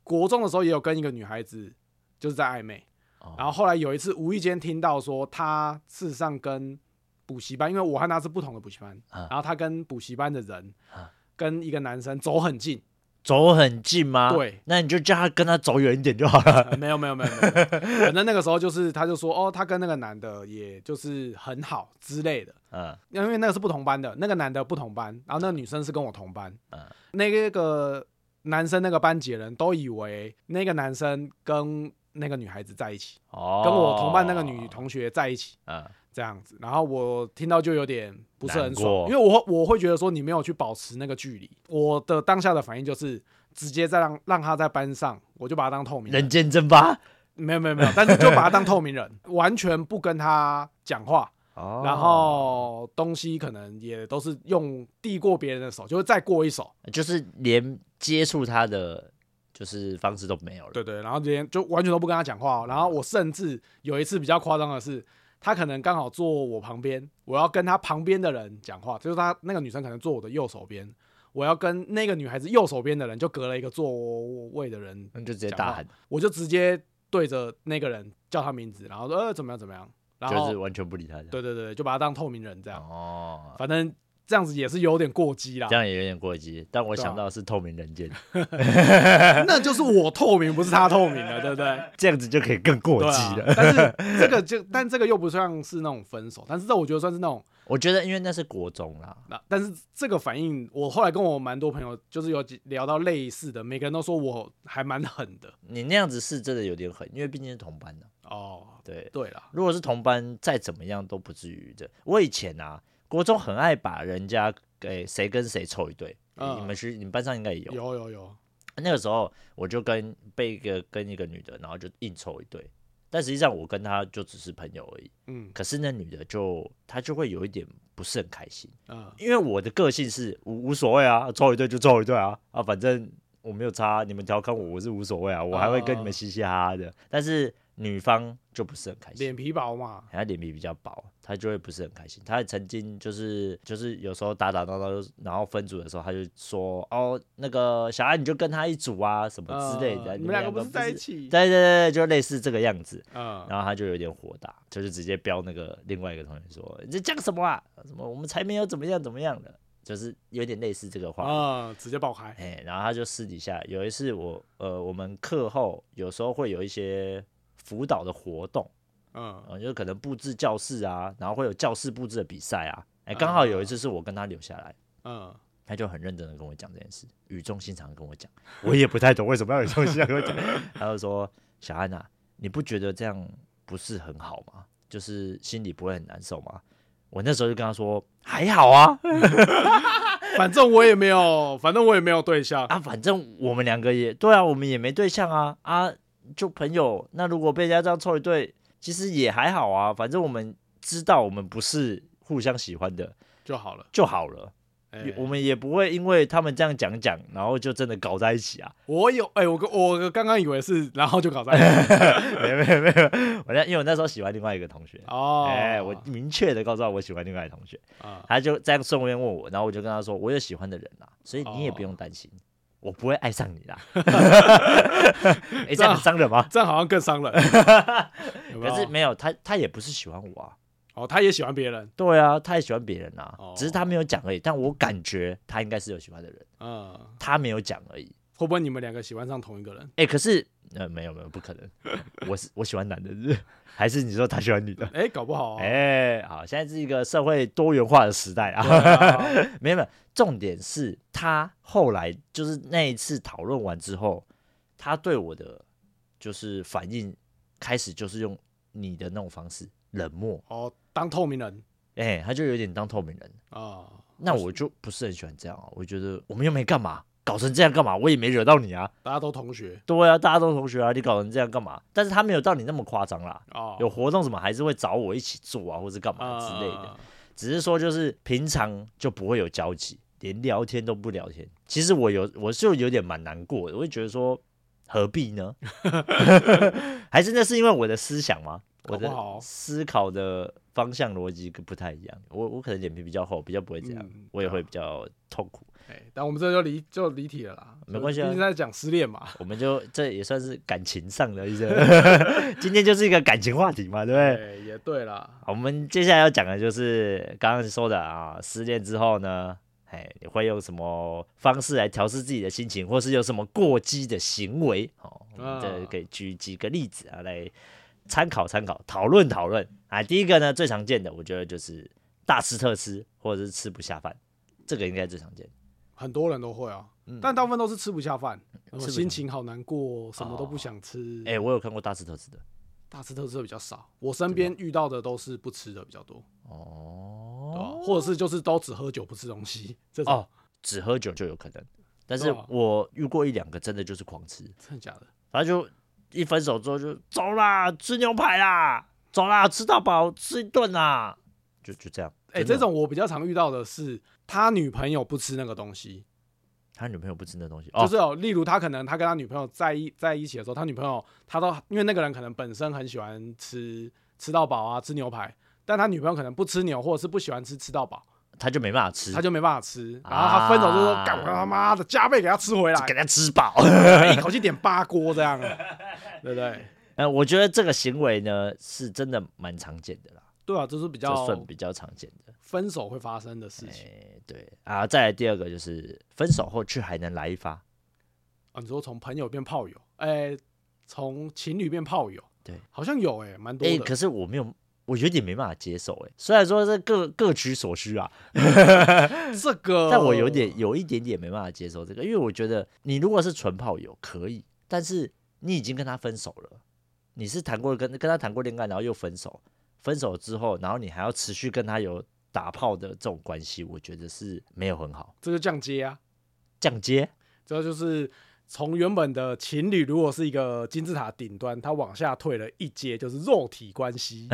[SPEAKER 2] 国中的时候也有跟一个女孩子就是在暧昧，
[SPEAKER 1] 哦
[SPEAKER 2] 然后后来有一次无意间听到说她事实上跟补习班，因为我和她是不同的补习班，
[SPEAKER 1] 啊
[SPEAKER 2] 然后她跟补习班的人
[SPEAKER 1] 啊
[SPEAKER 2] 跟一个男生走很近，
[SPEAKER 1] 走很近吗？
[SPEAKER 2] 对，
[SPEAKER 1] 那你就叫他跟他走远一点就好
[SPEAKER 2] <laughs>
[SPEAKER 1] 了。
[SPEAKER 2] 呃没有没有没有没有，没有反正那个时候就是她就说哦，她跟那个男的也就是很好之类的，
[SPEAKER 1] 嗯
[SPEAKER 2] 因为那个是不同班的，那个男的不同班，然后那个女生是跟我同班，
[SPEAKER 1] 嗯
[SPEAKER 2] 那个男生那个班级的人都以为那个男生跟那个女孩子在一起，
[SPEAKER 1] 哦，
[SPEAKER 2] 跟我同班那个女同学在一起
[SPEAKER 1] 嗯
[SPEAKER 2] 这样子，然后我听到就有点不是很
[SPEAKER 1] 难
[SPEAKER 2] 爽，
[SPEAKER 1] 过
[SPEAKER 2] 因为我我会觉得说你没有去保持那个距离，我的当下的反应就是。直接再让让他在班上，我就把他当透明
[SPEAKER 1] 人
[SPEAKER 2] 人，
[SPEAKER 1] 间蒸发，
[SPEAKER 2] 没有没有没有，但是就把他当透明人，完全不跟他讲话，
[SPEAKER 1] 哦
[SPEAKER 2] 然后东西可能也都是用递过别人的手，就是再过一手，
[SPEAKER 1] 就是连接触他的就是方式都没有了。
[SPEAKER 2] 对对，然后连就完全都不跟他讲话、哦。然后我甚至有一次比较夸张的是，他可能刚好坐我旁边，我要跟他旁边的人讲话，就是他那个女生可能坐我的右手边，我要跟那个女孩子右手边的人就隔了一个座位的人，
[SPEAKER 1] 那就直接大喊，
[SPEAKER 2] 我就直接对着那个人叫他名字，然后说呃怎么样怎么样，然
[SPEAKER 1] 就
[SPEAKER 2] 后
[SPEAKER 1] 是完全不理他这样。
[SPEAKER 2] 对啊对对，就把他当透明人这样，
[SPEAKER 1] 哦，
[SPEAKER 2] 反正这样子也是有点过激啦
[SPEAKER 1] 这。样也有点过激，但我
[SPEAKER 2] 对啊
[SPEAKER 1] 想到的是透明人间，
[SPEAKER 2] 啊那就是我透明，不是他透明了，对不对？
[SPEAKER 1] <laughs> 这样子就可以更过
[SPEAKER 2] 对
[SPEAKER 1] 激
[SPEAKER 2] 啊
[SPEAKER 1] 了。，
[SPEAKER 2] 但是这个就，但这个又不像是那种分手，但是这我觉得算是那种，
[SPEAKER 1] 我觉得因为那是国中啦，
[SPEAKER 2] 那但是这个反应，我后来跟我蛮多朋友就是有几聊到类似的，每个人都说我还蛮狠的
[SPEAKER 1] 你那样子是真的有点狠，因为毕竟是同班的、
[SPEAKER 2] 哦。
[SPEAKER 1] 对，
[SPEAKER 2] 对了，
[SPEAKER 1] 如果是同班，再怎么样都不至于的。我以前啊，国中很爱把人家给谁跟谁凑一对，
[SPEAKER 2] 嗯
[SPEAKER 1] 你们学你们班上应该也有。
[SPEAKER 2] 有有有，
[SPEAKER 1] 那个时候我就跟被一个跟一个女的，然后就硬凑一对，但实际上我跟她就只是朋友而已。
[SPEAKER 2] 嗯
[SPEAKER 1] 可是那女的就她就会有一点不是很开心，
[SPEAKER 2] 嗯，
[SPEAKER 1] 因为我的个性是无无所谓啊，凑一对就凑一对啊，啊反正我没有差，你们调侃我我是无所谓啊，我还会跟你们嘻嘻哈哈的。但是女方就不是很开心，
[SPEAKER 2] 脸皮薄嘛，
[SPEAKER 1] 他脸皮比较薄，他就会不是很开心。他也曾经就是就是有时候打打闹闹，就是然后分组的时候，他就说哦，那个小安你就跟他一组啊，什么之类的。
[SPEAKER 2] 嗯你
[SPEAKER 1] 你
[SPEAKER 2] 们
[SPEAKER 1] 两
[SPEAKER 2] 两个不
[SPEAKER 1] 不
[SPEAKER 2] 是在一？起？
[SPEAKER 1] 对对对，对就类似这个样子。
[SPEAKER 2] 嗯，
[SPEAKER 1] 然后他就有点火大，就是直接飙那个另外一个同学说：“你在讲什么啊？什么我们才没有怎么样怎么样的，就是有点类似这个话。”
[SPEAKER 2] 啊，直接爆开，
[SPEAKER 1] 哎、然后他就私底下有一次我呃，我们课后有时候会有一些辅导的活动，
[SPEAKER 2] 嗯
[SPEAKER 1] 嗯，就是可能布置教室啊，然后会有教室布置的比赛啊。哎、刚好有一次是我跟他留下来，
[SPEAKER 2] 嗯，
[SPEAKER 1] 他就很认真的跟我讲这件事，语重心长地跟我讲，我也不太懂为什么要语重心长地跟我讲。他就说：“小安啊，你不觉得这样不是很好吗？就是心里不会很难受吗？”我那时候就跟他说：“还好啊，
[SPEAKER 2] 反正我也没有，反正我也没有对象，
[SPEAKER 1] 啊，反正我们两个也对啊，我们也没对象啊啊，就朋友。那如果被人家这样凑一对，其实也还好啊，反正我们知道我们不是互相喜欢的。”
[SPEAKER 2] 就好了。
[SPEAKER 1] 就好了。
[SPEAKER 2] 哎
[SPEAKER 1] 也我们也不会因为他们这样讲讲，然后就真的搞在一起
[SPEAKER 2] <laughs>
[SPEAKER 1] 啊。
[SPEAKER 2] 我有，哎，我跟我刚刚以为是，然后就搞在一
[SPEAKER 1] <laughs>
[SPEAKER 2] 起。
[SPEAKER 1] 没有没有没有，我那因为我那时候喜欢另外一个同学，
[SPEAKER 2] 哦，
[SPEAKER 1] 哎、我明确的告诉他我喜欢另外一个同学，
[SPEAKER 2] 啊，
[SPEAKER 1] 他就这样顺便问我，然后我就跟他说我有喜欢的人啦，所以你也不用担心。我不会爱上你
[SPEAKER 2] <laughs>
[SPEAKER 1] 啦， <laughs> 哎、这样很伤人吗？
[SPEAKER 2] 这样好像更伤人。
[SPEAKER 1] <laughs>
[SPEAKER 2] 有没有
[SPEAKER 1] 可是没有，他他也不是喜欢我啊，
[SPEAKER 2] 哦，他也喜欢别人，
[SPEAKER 1] 对啊，他也喜欢别人啊，
[SPEAKER 2] 哦
[SPEAKER 1] 只是他没有讲而已。但我感觉他应该是有喜欢的人，
[SPEAKER 2] 嗯，
[SPEAKER 1] 他没有讲而已。
[SPEAKER 2] 会不会你们两个喜欢上同一个人？
[SPEAKER 1] 哎、可是呃，没有没有，不可能。我是我喜欢男的，是不是还是你说他喜欢女的？
[SPEAKER 2] 哎，搞不好啊、
[SPEAKER 1] 哎、好，现在是一个社会多元化的时代啊。
[SPEAKER 2] 对啊 <laughs>
[SPEAKER 1] 没有没有，重点是他后来就是那一次讨论完之后，他对我的就是反应开始就是用你的那种方式冷漠，
[SPEAKER 2] 哦，当透明人
[SPEAKER 1] 哎、他就有点当透明人。
[SPEAKER 2] 啊，
[SPEAKER 1] 那我就不是很喜欢这样啊，我觉得我们又没干嘛，搞成这样干嘛？我也没惹到你啊。
[SPEAKER 2] 大家都同学
[SPEAKER 1] 对啊，大家都同学啊，你搞成这样干嘛？但是他没有到你那么夸张啦，
[SPEAKER 2] 啊，
[SPEAKER 1] 有活动什么还是会找我一起做啊，或是干嘛
[SPEAKER 2] 啊
[SPEAKER 1] 之类的。只是说就是平常就不会有交集，连聊天都不聊天。其实我有我就有点蛮难过的，我会觉得说何必呢？ <laughs> 还是那是因为我的思想吗？我的
[SPEAKER 2] 搞不好
[SPEAKER 1] 思考的方向逻辑不太一样，我我可能脸皮比较厚，比较不会这样，
[SPEAKER 2] 嗯
[SPEAKER 1] 我也会比较痛苦。
[SPEAKER 2] 哎、但我们这就离就离题了啦，
[SPEAKER 1] 没关系啊
[SPEAKER 2] 毕竟在讲失恋嘛。
[SPEAKER 1] 我们就这也算是感情上的一些， <laughs> 今天就是一个感情话题嘛，对不对？
[SPEAKER 2] 哎也对啦，
[SPEAKER 1] 好我们接下来要讲的就是刚刚说的啊，失恋之后呢，哎，你会用什么方式来调试自己的心情，或是有什么过激的行为？哦，我们这
[SPEAKER 2] 啊
[SPEAKER 1] 可以举几个例子啊，来参考参考，讨论讨论啊。第一个呢，最常见的，我觉得就是大吃特吃，或者是吃不下饭，这个应该最常见。
[SPEAKER 2] 很多人都会啊，
[SPEAKER 1] 嗯
[SPEAKER 2] 但大部分都是吃不下饭，我
[SPEAKER 1] 下
[SPEAKER 2] 心情好难过，什么都不
[SPEAKER 1] 哦
[SPEAKER 2] 想吃。
[SPEAKER 1] 哎、我有看过大吃特吃的。
[SPEAKER 2] 大吃特吃的比较少，我身边遇到的都是不吃的比较多，对吧
[SPEAKER 1] 哦，
[SPEAKER 2] 或者是就是都只喝酒不吃东西这种。
[SPEAKER 1] 哦，只喝酒就有可能，但是
[SPEAKER 2] 对啊
[SPEAKER 1] 我遇过一两个真的就是狂吃，
[SPEAKER 2] 真的假的？
[SPEAKER 1] 他就一分手之后就走啦，吃牛排啦，走啦，吃到饱，吃一顿啦，就就这样。
[SPEAKER 2] 哎、
[SPEAKER 1] 真的
[SPEAKER 2] 这种我比较常遇到的是他女朋友不吃那个东西，
[SPEAKER 1] 他女朋友不吃那东西，
[SPEAKER 2] 就
[SPEAKER 1] 哦，
[SPEAKER 2] 是有，例如他可能他跟他女朋友在一在一起的时候，他女朋友他都因为那个人可能本身很喜欢吃吃到饱啊，吃牛排，但他女朋友可能不吃牛，或者是不喜欢吃吃到饱，
[SPEAKER 1] 他就没办法吃，
[SPEAKER 2] 他
[SPEAKER 1] 就
[SPEAKER 2] 就没办法吃。然后他分手就说：“
[SPEAKER 1] 嗯啊
[SPEAKER 2] 干、我他妈的加倍给他吃回来
[SPEAKER 1] <laughs> 给，他吃饱。
[SPEAKER 2] 一口气点八锅这样，对不对？”
[SPEAKER 1] 呃，我觉得这个行为呢是真的蛮常见的啦，
[SPEAKER 2] 对啊，这是比
[SPEAKER 1] 这
[SPEAKER 2] 较
[SPEAKER 1] 算比较常见的。
[SPEAKER 2] 分手会发生的事情。
[SPEAKER 1] 哎，对啊，再来第二个就是分手后去还能来一发，
[SPEAKER 2] 啊，你说从朋友变炮友，哎、从情侣变炮友，
[SPEAKER 1] 对，
[SPEAKER 2] 好像有哎、蛮多
[SPEAKER 1] 哎、
[SPEAKER 2] 的。
[SPEAKER 1] 可是我没有。我有点没办法接受哎、虽然说是各各取所需啊，
[SPEAKER 2] 这个，
[SPEAKER 1] 但我有点有一点点没办法接受这个，因为我觉得你如果是纯炮友可以，但是你已经跟他分手了，你是谈过跟跟他谈过恋爱，然后又分手，分手之后，然后你还要持续跟他有打炮的这种关系，我觉得是没有很好
[SPEAKER 2] 这就降阶啊，
[SPEAKER 1] 降阶。
[SPEAKER 2] 这就是从原本的情侣，如果是一个金字塔顶端，它往下退了一阶，就是肉体关系。 <laughs>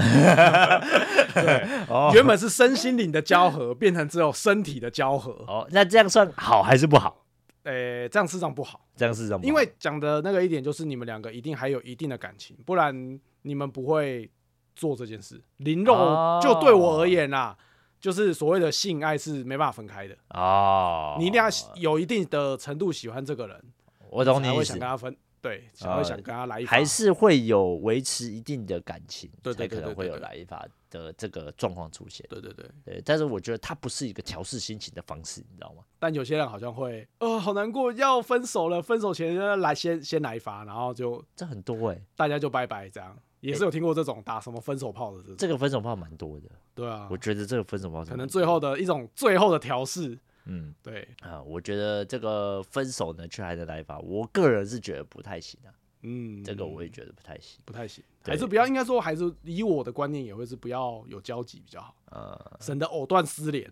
[SPEAKER 2] 对，
[SPEAKER 1] <laughs> 哦
[SPEAKER 2] 原本是身心灵的交合，变成只有身体的交合。
[SPEAKER 1] 哦，那这样算好还是不好？
[SPEAKER 2] 诶、这样市场不好，
[SPEAKER 1] 这样是什么？
[SPEAKER 2] 因为讲的那个一点就是你们两个一定还有一定的感情，不然你们不会做这件事。零肉、
[SPEAKER 1] 哦
[SPEAKER 2] 就对我而言啦、就是所谓的性爱是没办法分开的，
[SPEAKER 1] 哦，
[SPEAKER 2] 你一定要有一定的程度喜欢这个人，
[SPEAKER 1] 我懂
[SPEAKER 2] 才
[SPEAKER 1] 你意
[SPEAKER 2] 会
[SPEAKER 1] 思
[SPEAKER 2] 想跟，他分，对，才会
[SPEAKER 1] 哦
[SPEAKER 2] 想跟他来一发。
[SPEAKER 1] 还是会有维持一定的感情，
[SPEAKER 2] 对
[SPEAKER 1] 才
[SPEAKER 2] 对对
[SPEAKER 1] 可能
[SPEAKER 2] 对
[SPEAKER 1] 会
[SPEAKER 2] 对
[SPEAKER 1] 有
[SPEAKER 2] 对
[SPEAKER 1] 来一发的这个状况出现。
[SPEAKER 2] 对对对，
[SPEAKER 1] 对，但是我觉得它不是一个调试心情的方式，你知道吗？
[SPEAKER 2] 但有些人好像会，呃，好难过，要分手了，分手前要来先先来一发，然后就
[SPEAKER 1] 这很多哎、
[SPEAKER 2] 大家就拜拜这样。也是有听过这种打什么分手炮的这种，
[SPEAKER 1] 这个分手炮蛮多的，
[SPEAKER 2] 对啊
[SPEAKER 1] 我，觉得这个分手炮
[SPEAKER 2] 可能最后的一种最后的调试，
[SPEAKER 1] 嗯
[SPEAKER 2] 对，
[SPEAKER 1] 啊，我觉得这个分手呢却还能来一发，我个人是觉得不太行啊，
[SPEAKER 2] 嗯，
[SPEAKER 1] 这个我也觉得不太行。
[SPEAKER 2] 不太行，
[SPEAKER 1] 对
[SPEAKER 2] 还是不要，应该说还是以我的观念也会是不要有交集比较好，
[SPEAKER 1] 呃，
[SPEAKER 2] 省得藕断丝连。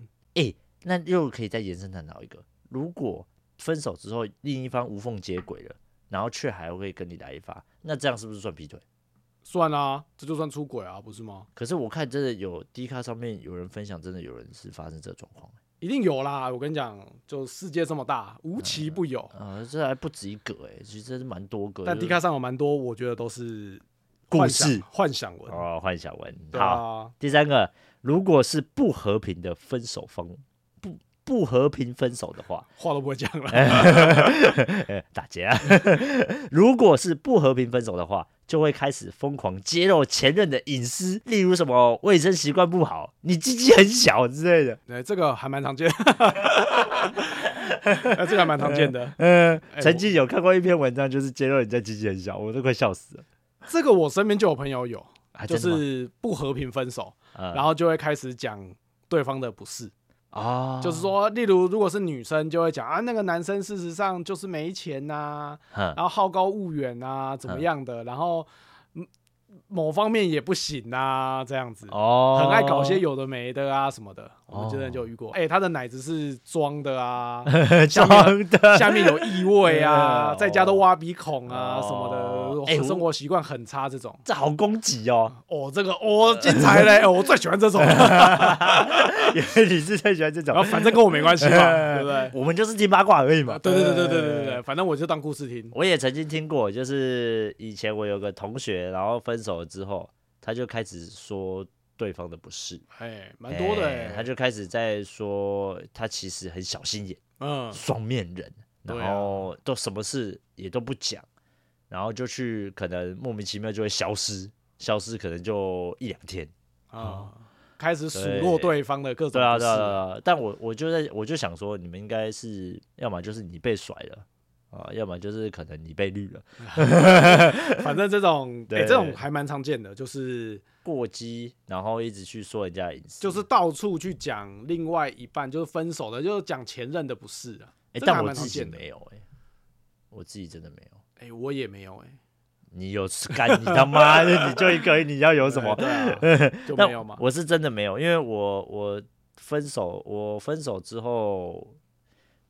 [SPEAKER 1] 那又可以再延伸探讨一个，如果分手之后另一方无缝接轨了，然后却还会跟你来一发，那这样是不是算劈腿？
[SPEAKER 2] 算啦、这就算出轨啊，不是吗？
[SPEAKER 1] 可是我看真的有 D 卡上面有人分享，真的有人是发生这个状况、
[SPEAKER 2] 一定有啦，我跟你讲，就世界这么大，无奇不有。
[SPEAKER 1] 啊，这还不止一个哎、其实真是蛮多个。
[SPEAKER 2] 但
[SPEAKER 1] 就是
[SPEAKER 2] D 卡上有蛮多，我觉得都是
[SPEAKER 1] 嗯故
[SPEAKER 2] 幻想
[SPEAKER 1] 事
[SPEAKER 2] 幻想文。
[SPEAKER 1] 哦，幻想文。
[SPEAKER 2] 对
[SPEAKER 1] 好，
[SPEAKER 2] 啊，
[SPEAKER 1] 第三个，如果是不和平的分手方，不不和平分手的话，
[SPEAKER 2] 话都不会讲了。
[SPEAKER 1] 哎
[SPEAKER 2] <laughs>
[SPEAKER 1] 呃打劫啊！ <laughs> 如果是不和平分手的话，就会开始疯狂揭露前任的隐私，例如什么卫生习惯不好，你鸡鸡很小之类的。
[SPEAKER 2] 对，这个还蛮常见。那 <laughs> 这个还蛮常见的。
[SPEAKER 1] 呃，
[SPEAKER 2] 哎
[SPEAKER 1] 曾经有看过一篇文章，就是揭露人家鸡鸡很小，我都快笑死了。
[SPEAKER 2] 这个我身边就有朋友有，
[SPEAKER 1] 啊
[SPEAKER 2] 就
[SPEAKER 1] 真的吗
[SPEAKER 2] 是不和平分手，
[SPEAKER 1] 呃
[SPEAKER 2] 然后就会开始讲对方的不是，
[SPEAKER 1] 啊，
[SPEAKER 2] 就是说，例如如果是女生，就会讲啊，那个男生事实上就是没钱呐、
[SPEAKER 1] 哼，
[SPEAKER 2] 然后好高骛远啊，怎么样的，然后嗯某方面也不行啊，这样子。
[SPEAKER 1] 哦，
[SPEAKER 2] 很爱搞些有的没的啊什么的，我们
[SPEAKER 1] 哦
[SPEAKER 2] 真的就遇过。哎、他的奶子是装的啊，下
[SPEAKER 1] <laughs>
[SPEAKER 2] 面
[SPEAKER 1] 装的，
[SPEAKER 2] 下面有异味
[SPEAKER 1] <laughs>
[SPEAKER 2] 啊，
[SPEAKER 1] 嗯
[SPEAKER 2] 在家都挖鼻孔啊什么
[SPEAKER 1] 哦
[SPEAKER 2] 的，
[SPEAKER 1] 哎我
[SPEAKER 2] 生活习惯很差这种。
[SPEAKER 1] 这好攻击哦，
[SPEAKER 2] 哦，这个哦精彩嘞、哦我最喜欢这种。
[SPEAKER 1] <laughs>
[SPEAKER 2] <laughs> 然
[SPEAKER 1] 因为你是最喜欢这
[SPEAKER 2] 后
[SPEAKER 1] 种，
[SPEAKER 2] 反正跟我没关系
[SPEAKER 1] <laughs>
[SPEAKER 2] 嘛，
[SPEAKER 1] 呃
[SPEAKER 2] 对不对？
[SPEAKER 1] 我们就是听八卦而已嘛。
[SPEAKER 2] 对对对对对对对
[SPEAKER 1] 哎
[SPEAKER 2] 对，反正我就当故事听。
[SPEAKER 1] 我也曾经听过，就是以前我有个同学，然后分手了之后，他就开始说对方的不是，
[SPEAKER 2] 哎，蛮多的
[SPEAKER 1] 哎
[SPEAKER 2] 哎、
[SPEAKER 1] 他就开始在说他其实很小心眼，
[SPEAKER 2] 嗯，
[SPEAKER 1] 双面人，
[SPEAKER 2] 对
[SPEAKER 1] 然
[SPEAKER 2] 啊
[SPEAKER 1] 后都什么事也都不讲，然后就去可能莫名其妙就会消失，消失可能就一两天。
[SPEAKER 2] 啊，开始数落对方的各种
[SPEAKER 1] 哦对啊，
[SPEAKER 2] 不
[SPEAKER 1] 对
[SPEAKER 2] 是
[SPEAKER 1] 啊，对啊。但我我就在我就想说，你们应该是要么就是你被甩了啊，要么就是可能你被绿了，
[SPEAKER 2] 反正这种哎、
[SPEAKER 1] 对
[SPEAKER 2] 这种还蛮常见的，就是
[SPEAKER 1] 过激，然后一直去说人家隐私，
[SPEAKER 2] 就是到处去讲另外一半，就是分手的，就是讲前任的不是啊。
[SPEAKER 1] 哎、
[SPEAKER 2] 这个还
[SPEAKER 1] 但我
[SPEAKER 2] 蛮常
[SPEAKER 1] 自己
[SPEAKER 2] 见的
[SPEAKER 1] 没有哎、我自己真的没有。
[SPEAKER 2] 哎、我也没有哎、
[SPEAKER 1] 你有 <laughs> 干你他妈的，你就一个，你要有什么？
[SPEAKER 2] 对啊、
[SPEAKER 1] <laughs>
[SPEAKER 2] 就
[SPEAKER 1] 但
[SPEAKER 2] 没有嘛。
[SPEAKER 1] 我是真的没有，因为我我分手，我分手之后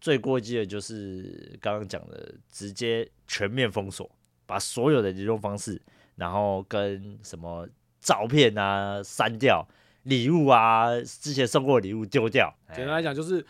[SPEAKER 1] 最过激的就是刚刚讲的，直接全面封锁，把所有的联络方式，然后跟什么照片啊删掉，礼物啊之前送过的礼物丢掉，哎
[SPEAKER 2] 简单来讲，就是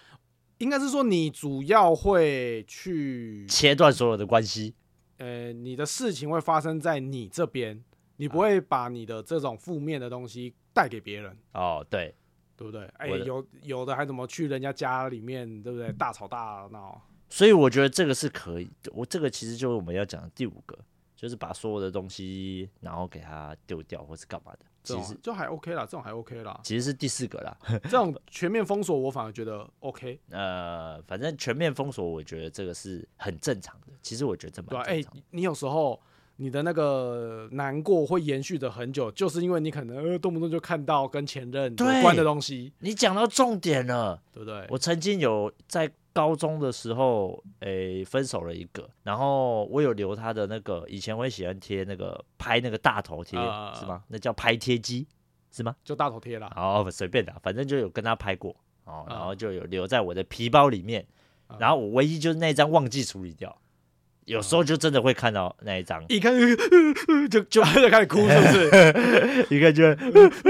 [SPEAKER 2] 应该是说你主要会去，
[SPEAKER 1] 切断所有的关系。
[SPEAKER 2] 呃，你的事情会发生在你这边，你不会把你的这种负面的东西带给别人，
[SPEAKER 1] 哦，对，
[SPEAKER 2] 对不对？哎、
[SPEAKER 1] 我的
[SPEAKER 2] 有有的还怎么去人家家里面，对不对？大吵大闹，
[SPEAKER 1] 所以我觉得这个是可以，我这个其实就是我们要讲的第五个，就是把所有的东西然后给它丢掉或是干嘛的，
[SPEAKER 2] 这
[SPEAKER 1] 其
[SPEAKER 2] 种
[SPEAKER 1] 实。
[SPEAKER 2] 就还 OK 啦，这种还 OK 啦
[SPEAKER 1] 其实是第四个啦。
[SPEAKER 2] 这种全面封锁，我反而觉得 OK，
[SPEAKER 1] 呃，反正全面封锁，我觉得这个是很正常的。其实我觉得这
[SPEAKER 2] 对吧、
[SPEAKER 1] 蛮
[SPEAKER 2] 哎、
[SPEAKER 1] 正常的。
[SPEAKER 2] 你有时候。你的那个难过会延续的很久，就是因为你可能呃动不动就看到跟前任有
[SPEAKER 1] 对
[SPEAKER 2] 关的东西，
[SPEAKER 1] 你讲到重点了。
[SPEAKER 2] 对不对？
[SPEAKER 1] 我曾经有在高中的时候，诶、分手了一个，然后我有留他的那个，以前我也喜欢贴那个拍那个大头贴，
[SPEAKER 2] 啊
[SPEAKER 1] 是吗？那叫拍贴机，是吗？
[SPEAKER 2] 就大头贴啦。
[SPEAKER 1] 哦，随便的，反正就有跟他拍过哦，
[SPEAKER 2] 啊
[SPEAKER 1] 然后就有留在我的皮包里面，
[SPEAKER 2] 啊
[SPEAKER 1] 然后我唯一就是那一张忘记处理掉，有
[SPEAKER 2] 啊
[SPEAKER 1] 时候就真的会看到那一张，
[SPEAKER 2] <laughs> 一看、呃呃呃就就就开始哭，是不是？
[SPEAKER 1] 一个就会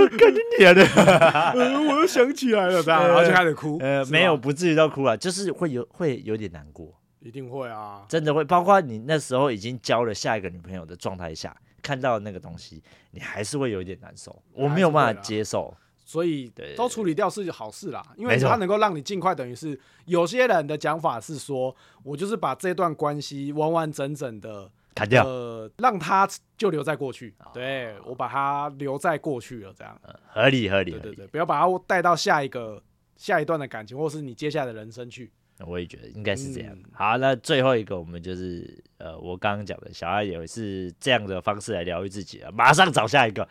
[SPEAKER 1] 看你
[SPEAKER 2] 啊
[SPEAKER 1] 脸的。
[SPEAKER 2] <laughs> 呃我又想起来了，这样，然后就开始哭。
[SPEAKER 1] <laughs> 呃，
[SPEAKER 2] 是吧
[SPEAKER 1] 没有，，不至于到哭啊，就是会有会有点难过，
[SPEAKER 2] 一定会啊。
[SPEAKER 1] 真的会。包括你那时候已经交了下一个女朋友的状态下，看到那个东西，你还是会有一点难受。我没有办法接受，
[SPEAKER 2] 所以
[SPEAKER 1] 对
[SPEAKER 2] 都处理掉是好事啦，因为
[SPEAKER 1] 没错
[SPEAKER 2] 它能够让你尽快，等于是有些人的讲法是说，我就是把这段关系完完整整的。
[SPEAKER 1] 砍掉。哦
[SPEAKER 2] 呃，让它就留在过去，对我把它留在过去了，这样，
[SPEAKER 1] 合理合理
[SPEAKER 2] 对
[SPEAKER 1] 合
[SPEAKER 2] 啊对
[SPEAKER 1] 理，
[SPEAKER 2] 对，不要把它带到下一个下一段的感情，或是你接下来的人生去。
[SPEAKER 1] 我也觉得应该是这样
[SPEAKER 2] 嗯。
[SPEAKER 1] 好，那最后一个我们就是呃，我刚刚讲的，小爱也是这样的方式来疗愈自己啊，马上找下一个。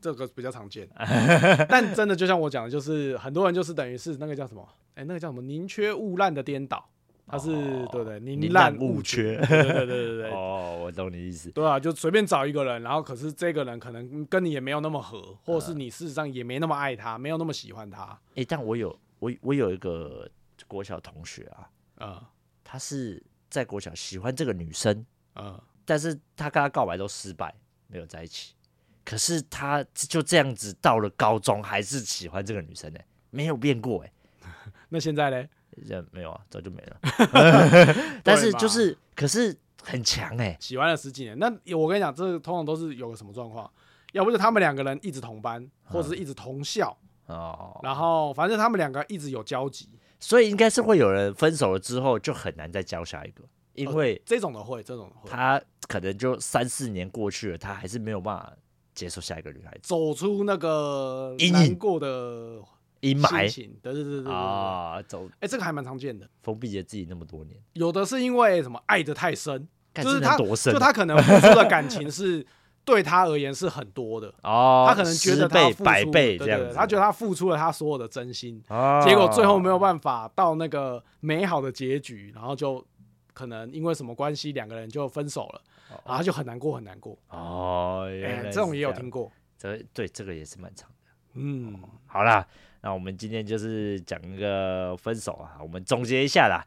[SPEAKER 2] 这个比较常
[SPEAKER 1] <laughs>
[SPEAKER 2] 见，但真的就像我讲的，就是很多人就是等于是那个叫什么？哎、那个叫什么？宁缺毋滥的颠倒，它是、
[SPEAKER 1] 哦
[SPEAKER 2] 对不对？
[SPEAKER 1] 宁
[SPEAKER 2] 滥
[SPEAKER 1] 滥勿
[SPEAKER 2] 缺，
[SPEAKER 1] 缺 <laughs>
[SPEAKER 2] 对对对对对对。
[SPEAKER 1] 哦，我懂你意思。
[SPEAKER 2] 对啊，就随便找一个人，然后可是这个人可能跟你也没有那么合，或
[SPEAKER 1] 嗯
[SPEAKER 2] 者是你事实上也没那么爱他，没有那么喜欢他，
[SPEAKER 1] 诶，但我有我我有一个国小同学啊，
[SPEAKER 2] 嗯
[SPEAKER 1] 他是在国小喜欢这个女生，
[SPEAKER 2] 嗯，
[SPEAKER 1] 但是他跟他告白都失败，没有在一起。可是他就这样子到了高中，还是喜欢这个女生呢、没有变过哎、
[SPEAKER 2] 那现在嘞，
[SPEAKER 1] 这没有啊，早就没了。 <laughs> 但是就是，可是很强哎、
[SPEAKER 2] 喜欢了十几年，那我跟你讲，这个通常都是有个什么状况，要不就他们两个人一直同班，或
[SPEAKER 1] 嗯
[SPEAKER 2] 者是一直同校，
[SPEAKER 1] 哦，
[SPEAKER 2] 然后反正他们两个一直有交集，
[SPEAKER 1] 所以应该是会有人分手了之后就很难再交下一个，因为
[SPEAKER 2] 这种的会，这种的会，
[SPEAKER 1] 他可能就三四年过去了，他还是没有办法接受下一个女孩子。
[SPEAKER 2] 走出那个
[SPEAKER 1] 阴影
[SPEAKER 2] 难过的
[SPEAKER 1] 阴
[SPEAKER 2] 心
[SPEAKER 1] 霾
[SPEAKER 2] 情，对对对对对对。哎、
[SPEAKER 1] 啊，走
[SPEAKER 2] 这个还蛮常见的。
[SPEAKER 1] 封闭了自己那么多年，
[SPEAKER 2] 有的是因为什么爱的太深，
[SPEAKER 1] 干
[SPEAKER 2] 就是
[SPEAKER 1] 这能
[SPEAKER 2] 他
[SPEAKER 1] 多深啊
[SPEAKER 2] 就他可能付出的感情是对他而言是很多的，
[SPEAKER 1] <laughs> 哦，
[SPEAKER 2] 他可能觉得
[SPEAKER 1] 十
[SPEAKER 2] 他
[SPEAKER 1] 倍
[SPEAKER 2] 付出
[SPEAKER 1] 百倍
[SPEAKER 2] 对对
[SPEAKER 1] 这样
[SPEAKER 2] 对
[SPEAKER 1] 子，
[SPEAKER 2] 他觉得他付出了他所有的真心，
[SPEAKER 1] 得
[SPEAKER 2] 结果最后没有办法到那个美好的结局，然后就可能因为什么关系两个人就分手了，然后他就很难过很难过。
[SPEAKER 1] 哦，原
[SPEAKER 2] 哎、
[SPEAKER 1] 来
[SPEAKER 2] 这种
[SPEAKER 1] 是
[SPEAKER 2] 也有
[SPEAKER 1] 样哦
[SPEAKER 2] 听，过，
[SPEAKER 1] 这对这个也是蛮常的。
[SPEAKER 2] 嗯，
[SPEAKER 1] 好啦，那我们今天就是讲一个分手啊，我们总结一下啦，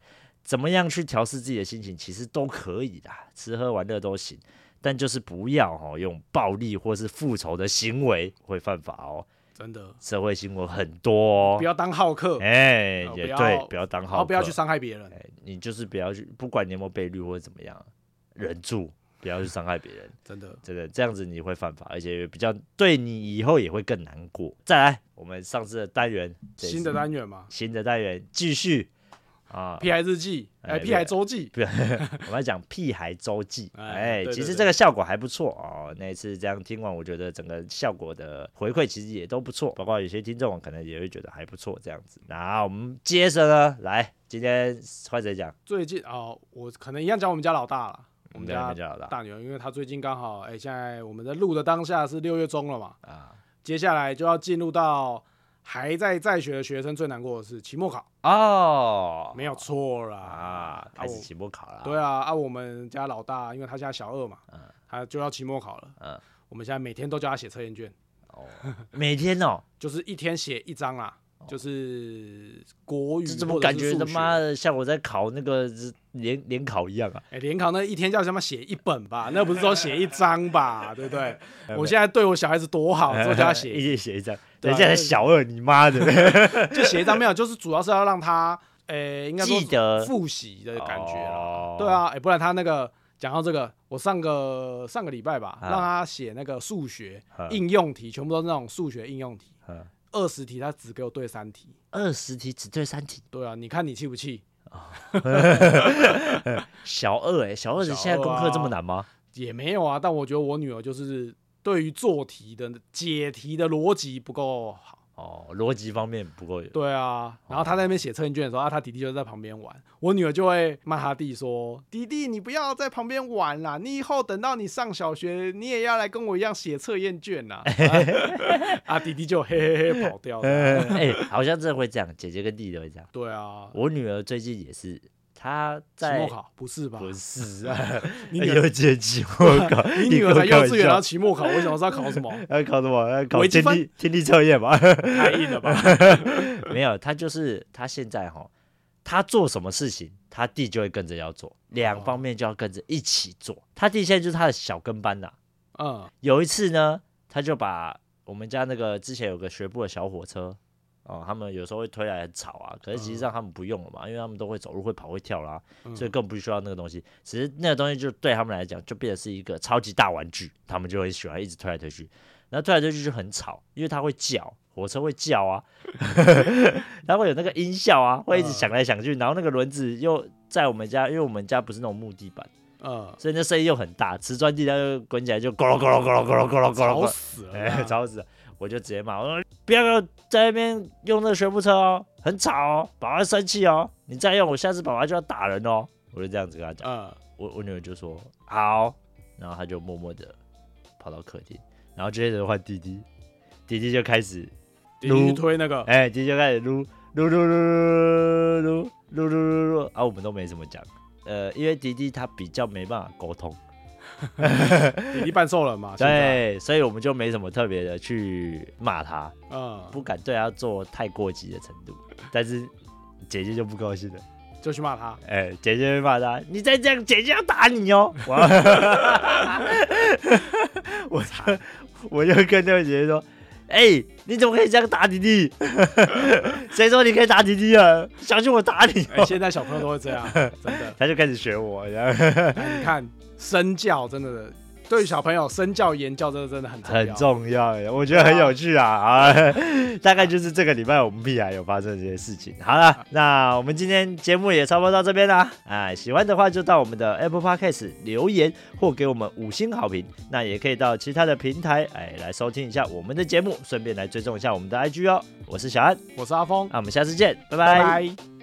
[SPEAKER 1] 怎么样去调试自己的心情，其实都可以的，吃喝玩乐都行，但就是不要哦用暴力或是复仇的行为会犯法哦，
[SPEAKER 2] 真的
[SPEAKER 1] 社会新闻很多、
[SPEAKER 2] 不
[SPEAKER 1] 哦。
[SPEAKER 2] 要当好 <laughs> 客，然
[SPEAKER 1] 哎、
[SPEAKER 2] 呃
[SPEAKER 1] 也
[SPEAKER 2] 不
[SPEAKER 1] 对
[SPEAKER 2] 要，
[SPEAKER 1] 不要当好
[SPEAKER 2] 后
[SPEAKER 1] 客，
[SPEAKER 2] 不要去伤害别人。
[SPEAKER 1] 哎，你就是不要去，不管你有没有被绿或者怎么样，忍住，不要去伤害别人，
[SPEAKER 2] 真的，
[SPEAKER 1] 真的这样子你会犯法，而且比较对你以后也会更难过。再来，我们上次的单元，这一次
[SPEAKER 2] 新的单元嘛
[SPEAKER 1] 新的单元继续啊，
[SPEAKER 2] ，P I 日记，
[SPEAKER 1] 哎
[SPEAKER 2] 哎，P I 周记，
[SPEAKER 1] 不， <laughs> 我们要讲屁孩周记，
[SPEAKER 2] 哎
[SPEAKER 1] 哎，
[SPEAKER 2] 对
[SPEAKER 1] 其
[SPEAKER 2] 对
[SPEAKER 1] 实
[SPEAKER 2] 对
[SPEAKER 1] 这个效果还不错哦。那一次这样听完，我觉得整个效果的回馈其实也都不错，包括有些听众可能也会觉得还不错这样子。那我们接着呢，来，今天换谁讲？
[SPEAKER 2] 最近哦，我可能一样讲我们家老大了，我们
[SPEAKER 1] 家
[SPEAKER 2] 家
[SPEAKER 1] 叫老大
[SPEAKER 2] 大牛，因为他最近刚好，哎，现在我们在录的当下是六月中了嘛，
[SPEAKER 1] 啊。
[SPEAKER 2] 接下来就要进入到还在在学的学生最难过的是期末考，
[SPEAKER 1] 哦，
[SPEAKER 2] 没有错啦
[SPEAKER 1] 啊，开始
[SPEAKER 2] 我
[SPEAKER 1] 期末考了。
[SPEAKER 2] 对啊，啊，我们家老大，因为他现在小二嘛，
[SPEAKER 1] 嗯
[SPEAKER 2] 他就要期末考了，
[SPEAKER 1] 嗯
[SPEAKER 2] 我们现在每天都叫他写测验卷，
[SPEAKER 1] 哦，每天哦，
[SPEAKER 2] 就是一天写一张啦，就是国语
[SPEAKER 1] 这怎
[SPEAKER 2] 或
[SPEAKER 1] 么
[SPEAKER 2] 者
[SPEAKER 1] 感
[SPEAKER 2] 是
[SPEAKER 1] 觉
[SPEAKER 2] 数
[SPEAKER 1] 他
[SPEAKER 2] 学
[SPEAKER 1] 妈的像我在考那个联联考一样啊？
[SPEAKER 2] 哎、联考那一天叫什么写一本吧，那不是说写一张吧，
[SPEAKER 1] <laughs>
[SPEAKER 2] 对不对？我现在对我小孩子多好，之后叫他
[SPEAKER 1] 一
[SPEAKER 2] 写，
[SPEAKER 1] 直写一张，
[SPEAKER 2] 对
[SPEAKER 1] 人
[SPEAKER 2] 啊
[SPEAKER 1] 家才
[SPEAKER 2] 就是
[SPEAKER 1] 小二，你妈的！
[SPEAKER 2] 就写
[SPEAKER 1] <laughs>
[SPEAKER 2] 一张没有，就是主要是要让他，哎、应该说
[SPEAKER 1] 记得
[SPEAKER 2] 复习的 <laughs> 感觉啦。
[SPEAKER 1] 哦 <laughs>
[SPEAKER 2] 对，啊，哎、不然他那个讲到这个，我上个上个礼拜吧，
[SPEAKER 1] 啊
[SPEAKER 2] 让他写那个数学
[SPEAKER 1] 嗯
[SPEAKER 2] 应用题，全部都是那种数学应用题，
[SPEAKER 1] 嗯
[SPEAKER 2] 二十题他只给我对三题。
[SPEAKER 1] 二十题只对三题，
[SPEAKER 2] 对啊，你看你气不气？
[SPEAKER 1] 小二哎，小二的
[SPEAKER 2] 小
[SPEAKER 1] 现在功课这么
[SPEAKER 2] 二啊
[SPEAKER 1] 难吗？
[SPEAKER 2] 也没有啊，但我觉得我女儿就是对于做题的解题的逻辑不够好。
[SPEAKER 1] 哦，逻辑方面不 <laughs> 够有，
[SPEAKER 2] 对啊，然后他在那边写测验卷的时候，啊，他弟弟就在旁边玩，我女儿就会骂他弟说：“弟弟，你不要在旁边玩啦，你以后等到你上小学，你也要来跟我一样写测验
[SPEAKER 1] <laughs>
[SPEAKER 2] 卷啦。啊”啊，弟弟就嘿嘿嘿跑掉了。
[SPEAKER 1] <laughs> 哎，好像真的会这样，姐姐跟弟弟都会这样。
[SPEAKER 2] 对啊，
[SPEAKER 1] 我女儿最近也是，她
[SPEAKER 2] 期
[SPEAKER 1] 在
[SPEAKER 2] 末考不是吧？
[SPEAKER 1] 不是 <laughs> 啊，
[SPEAKER 2] 你女儿
[SPEAKER 1] 有姐期末考，
[SPEAKER 2] <laughs> 你女
[SPEAKER 1] 给
[SPEAKER 2] 儿
[SPEAKER 1] 我
[SPEAKER 2] 才幼
[SPEAKER 1] 开玩
[SPEAKER 2] 稚园，
[SPEAKER 1] 笑
[SPEAKER 2] 然后期末考，为什么是要
[SPEAKER 1] <laughs>
[SPEAKER 2] 考什么？
[SPEAKER 1] 要考什么？要考
[SPEAKER 2] 微积
[SPEAKER 1] 天
[SPEAKER 2] 分
[SPEAKER 1] 地天地测验吧？
[SPEAKER 2] 太硬了吧？
[SPEAKER 1] <laughs> 没有，他就是他现在哈，他做什么事情，他弟就会跟着要做，两方面就要跟着一起做。他弟现在就是他的小跟班呐、
[SPEAKER 2] 嗯，
[SPEAKER 1] 有一次呢，他就把我们家那个之前有个学步的小火车。哦，他们有时候会推来很吵啊，可是其实上他们不用了嘛，因为他们都会走路、会跑、会跳啦，
[SPEAKER 2] 嗯
[SPEAKER 1] 所以更不需要那个东西。只是那个东西就对他们来讲，就变得是一个超级大玩具，他们就很喜欢一直推来推去。然后推来推去就很吵，因为它会叫，火车会叫啊， <laughs> 它会有那个音效啊，会一直响来响去。然后那个轮子又在我们家，因为我们家不是那种木地板，
[SPEAKER 2] 嗯，
[SPEAKER 1] 所以那声音又很大，瓷砖地它就滚起来就咕噜咕噜咕噜咕噜咕噜咕噜咕
[SPEAKER 2] 吵
[SPEAKER 1] 噜，
[SPEAKER 2] 死
[SPEAKER 1] 哎， <laughs>
[SPEAKER 2] 了啦。
[SPEAKER 1] 吵死了！我就直接骂我说：“不要不要在那边用那个学步车哦，很吵哦，爸爸会生气哦，你再用我下次爸爸就要打人哦。”我就这样子跟他讲，
[SPEAKER 2] 嗯，
[SPEAKER 1] 我我女儿就说好，然后她就默默的跑到客厅，然后接着换弟弟，弟弟就开始
[SPEAKER 2] 弟弟去
[SPEAKER 1] 撸
[SPEAKER 2] 推那个，
[SPEAKER 1] 哎，弟弟就开始撸撸撸撸撸撸撸撸撸啊，我们都没怎么讲，呃，因为迪迪他比较没办法沟通。
[SPEAKER 2] 弟弟半兽人嘛。现在，
[SPEAKER 1] <laughs> 对，所以我们就没什么特别的去骂他，
[SPEAKER 2] 嗯，
[SPEAKER 1] 不敢对他做太过激的程度。但是姐姐就不高兴了，
[SPEAKER 2] 就去骂他。
[SPEAKER 1] 哎、姐姐会骂他，你再这样，姐姐要打你哦。我 <laughs> 我就我就跟那个姐姐说，哎、你怎么可以这样打弟弟？谁说你可以打弟弟啊？小心我打你、<laughs>
[SPEAKER 2] 哎、
[SPEAKER 1] 哦！
[SPEAKER 2] 现在小
[SPEAKER 1] <laughs>
[SPEAKER 2] 朋友都会这样，真的。
[SPEAKER 1] 他就开始学我，然后
[SPEAKER 2] 哎你看身教真的对于小朋友身教言教，真的真的很重
[SPEAKER 1] 很
[SPEAKER 2] 要。
[SPEAKER 1] 重要耶，我觉得很有趣啊！啊， <laughs> 大概就是这个礼拜我们屁孩有发生这些事情。好了，那我们今天节目也差不多到这边啦。哎，喜欢的话就到我们的 Apple Podcast 留言或给我们五星好评，那也可以到其他的平台哎来收听一下我们的节目，顺便来追踪一下我们的 IG 哦。我是小安，
[SPEAKER 2] 我是阿峰，
[SPEAKER 1] 那我们下次见，拜
[SPEAKER 2] 拜拜。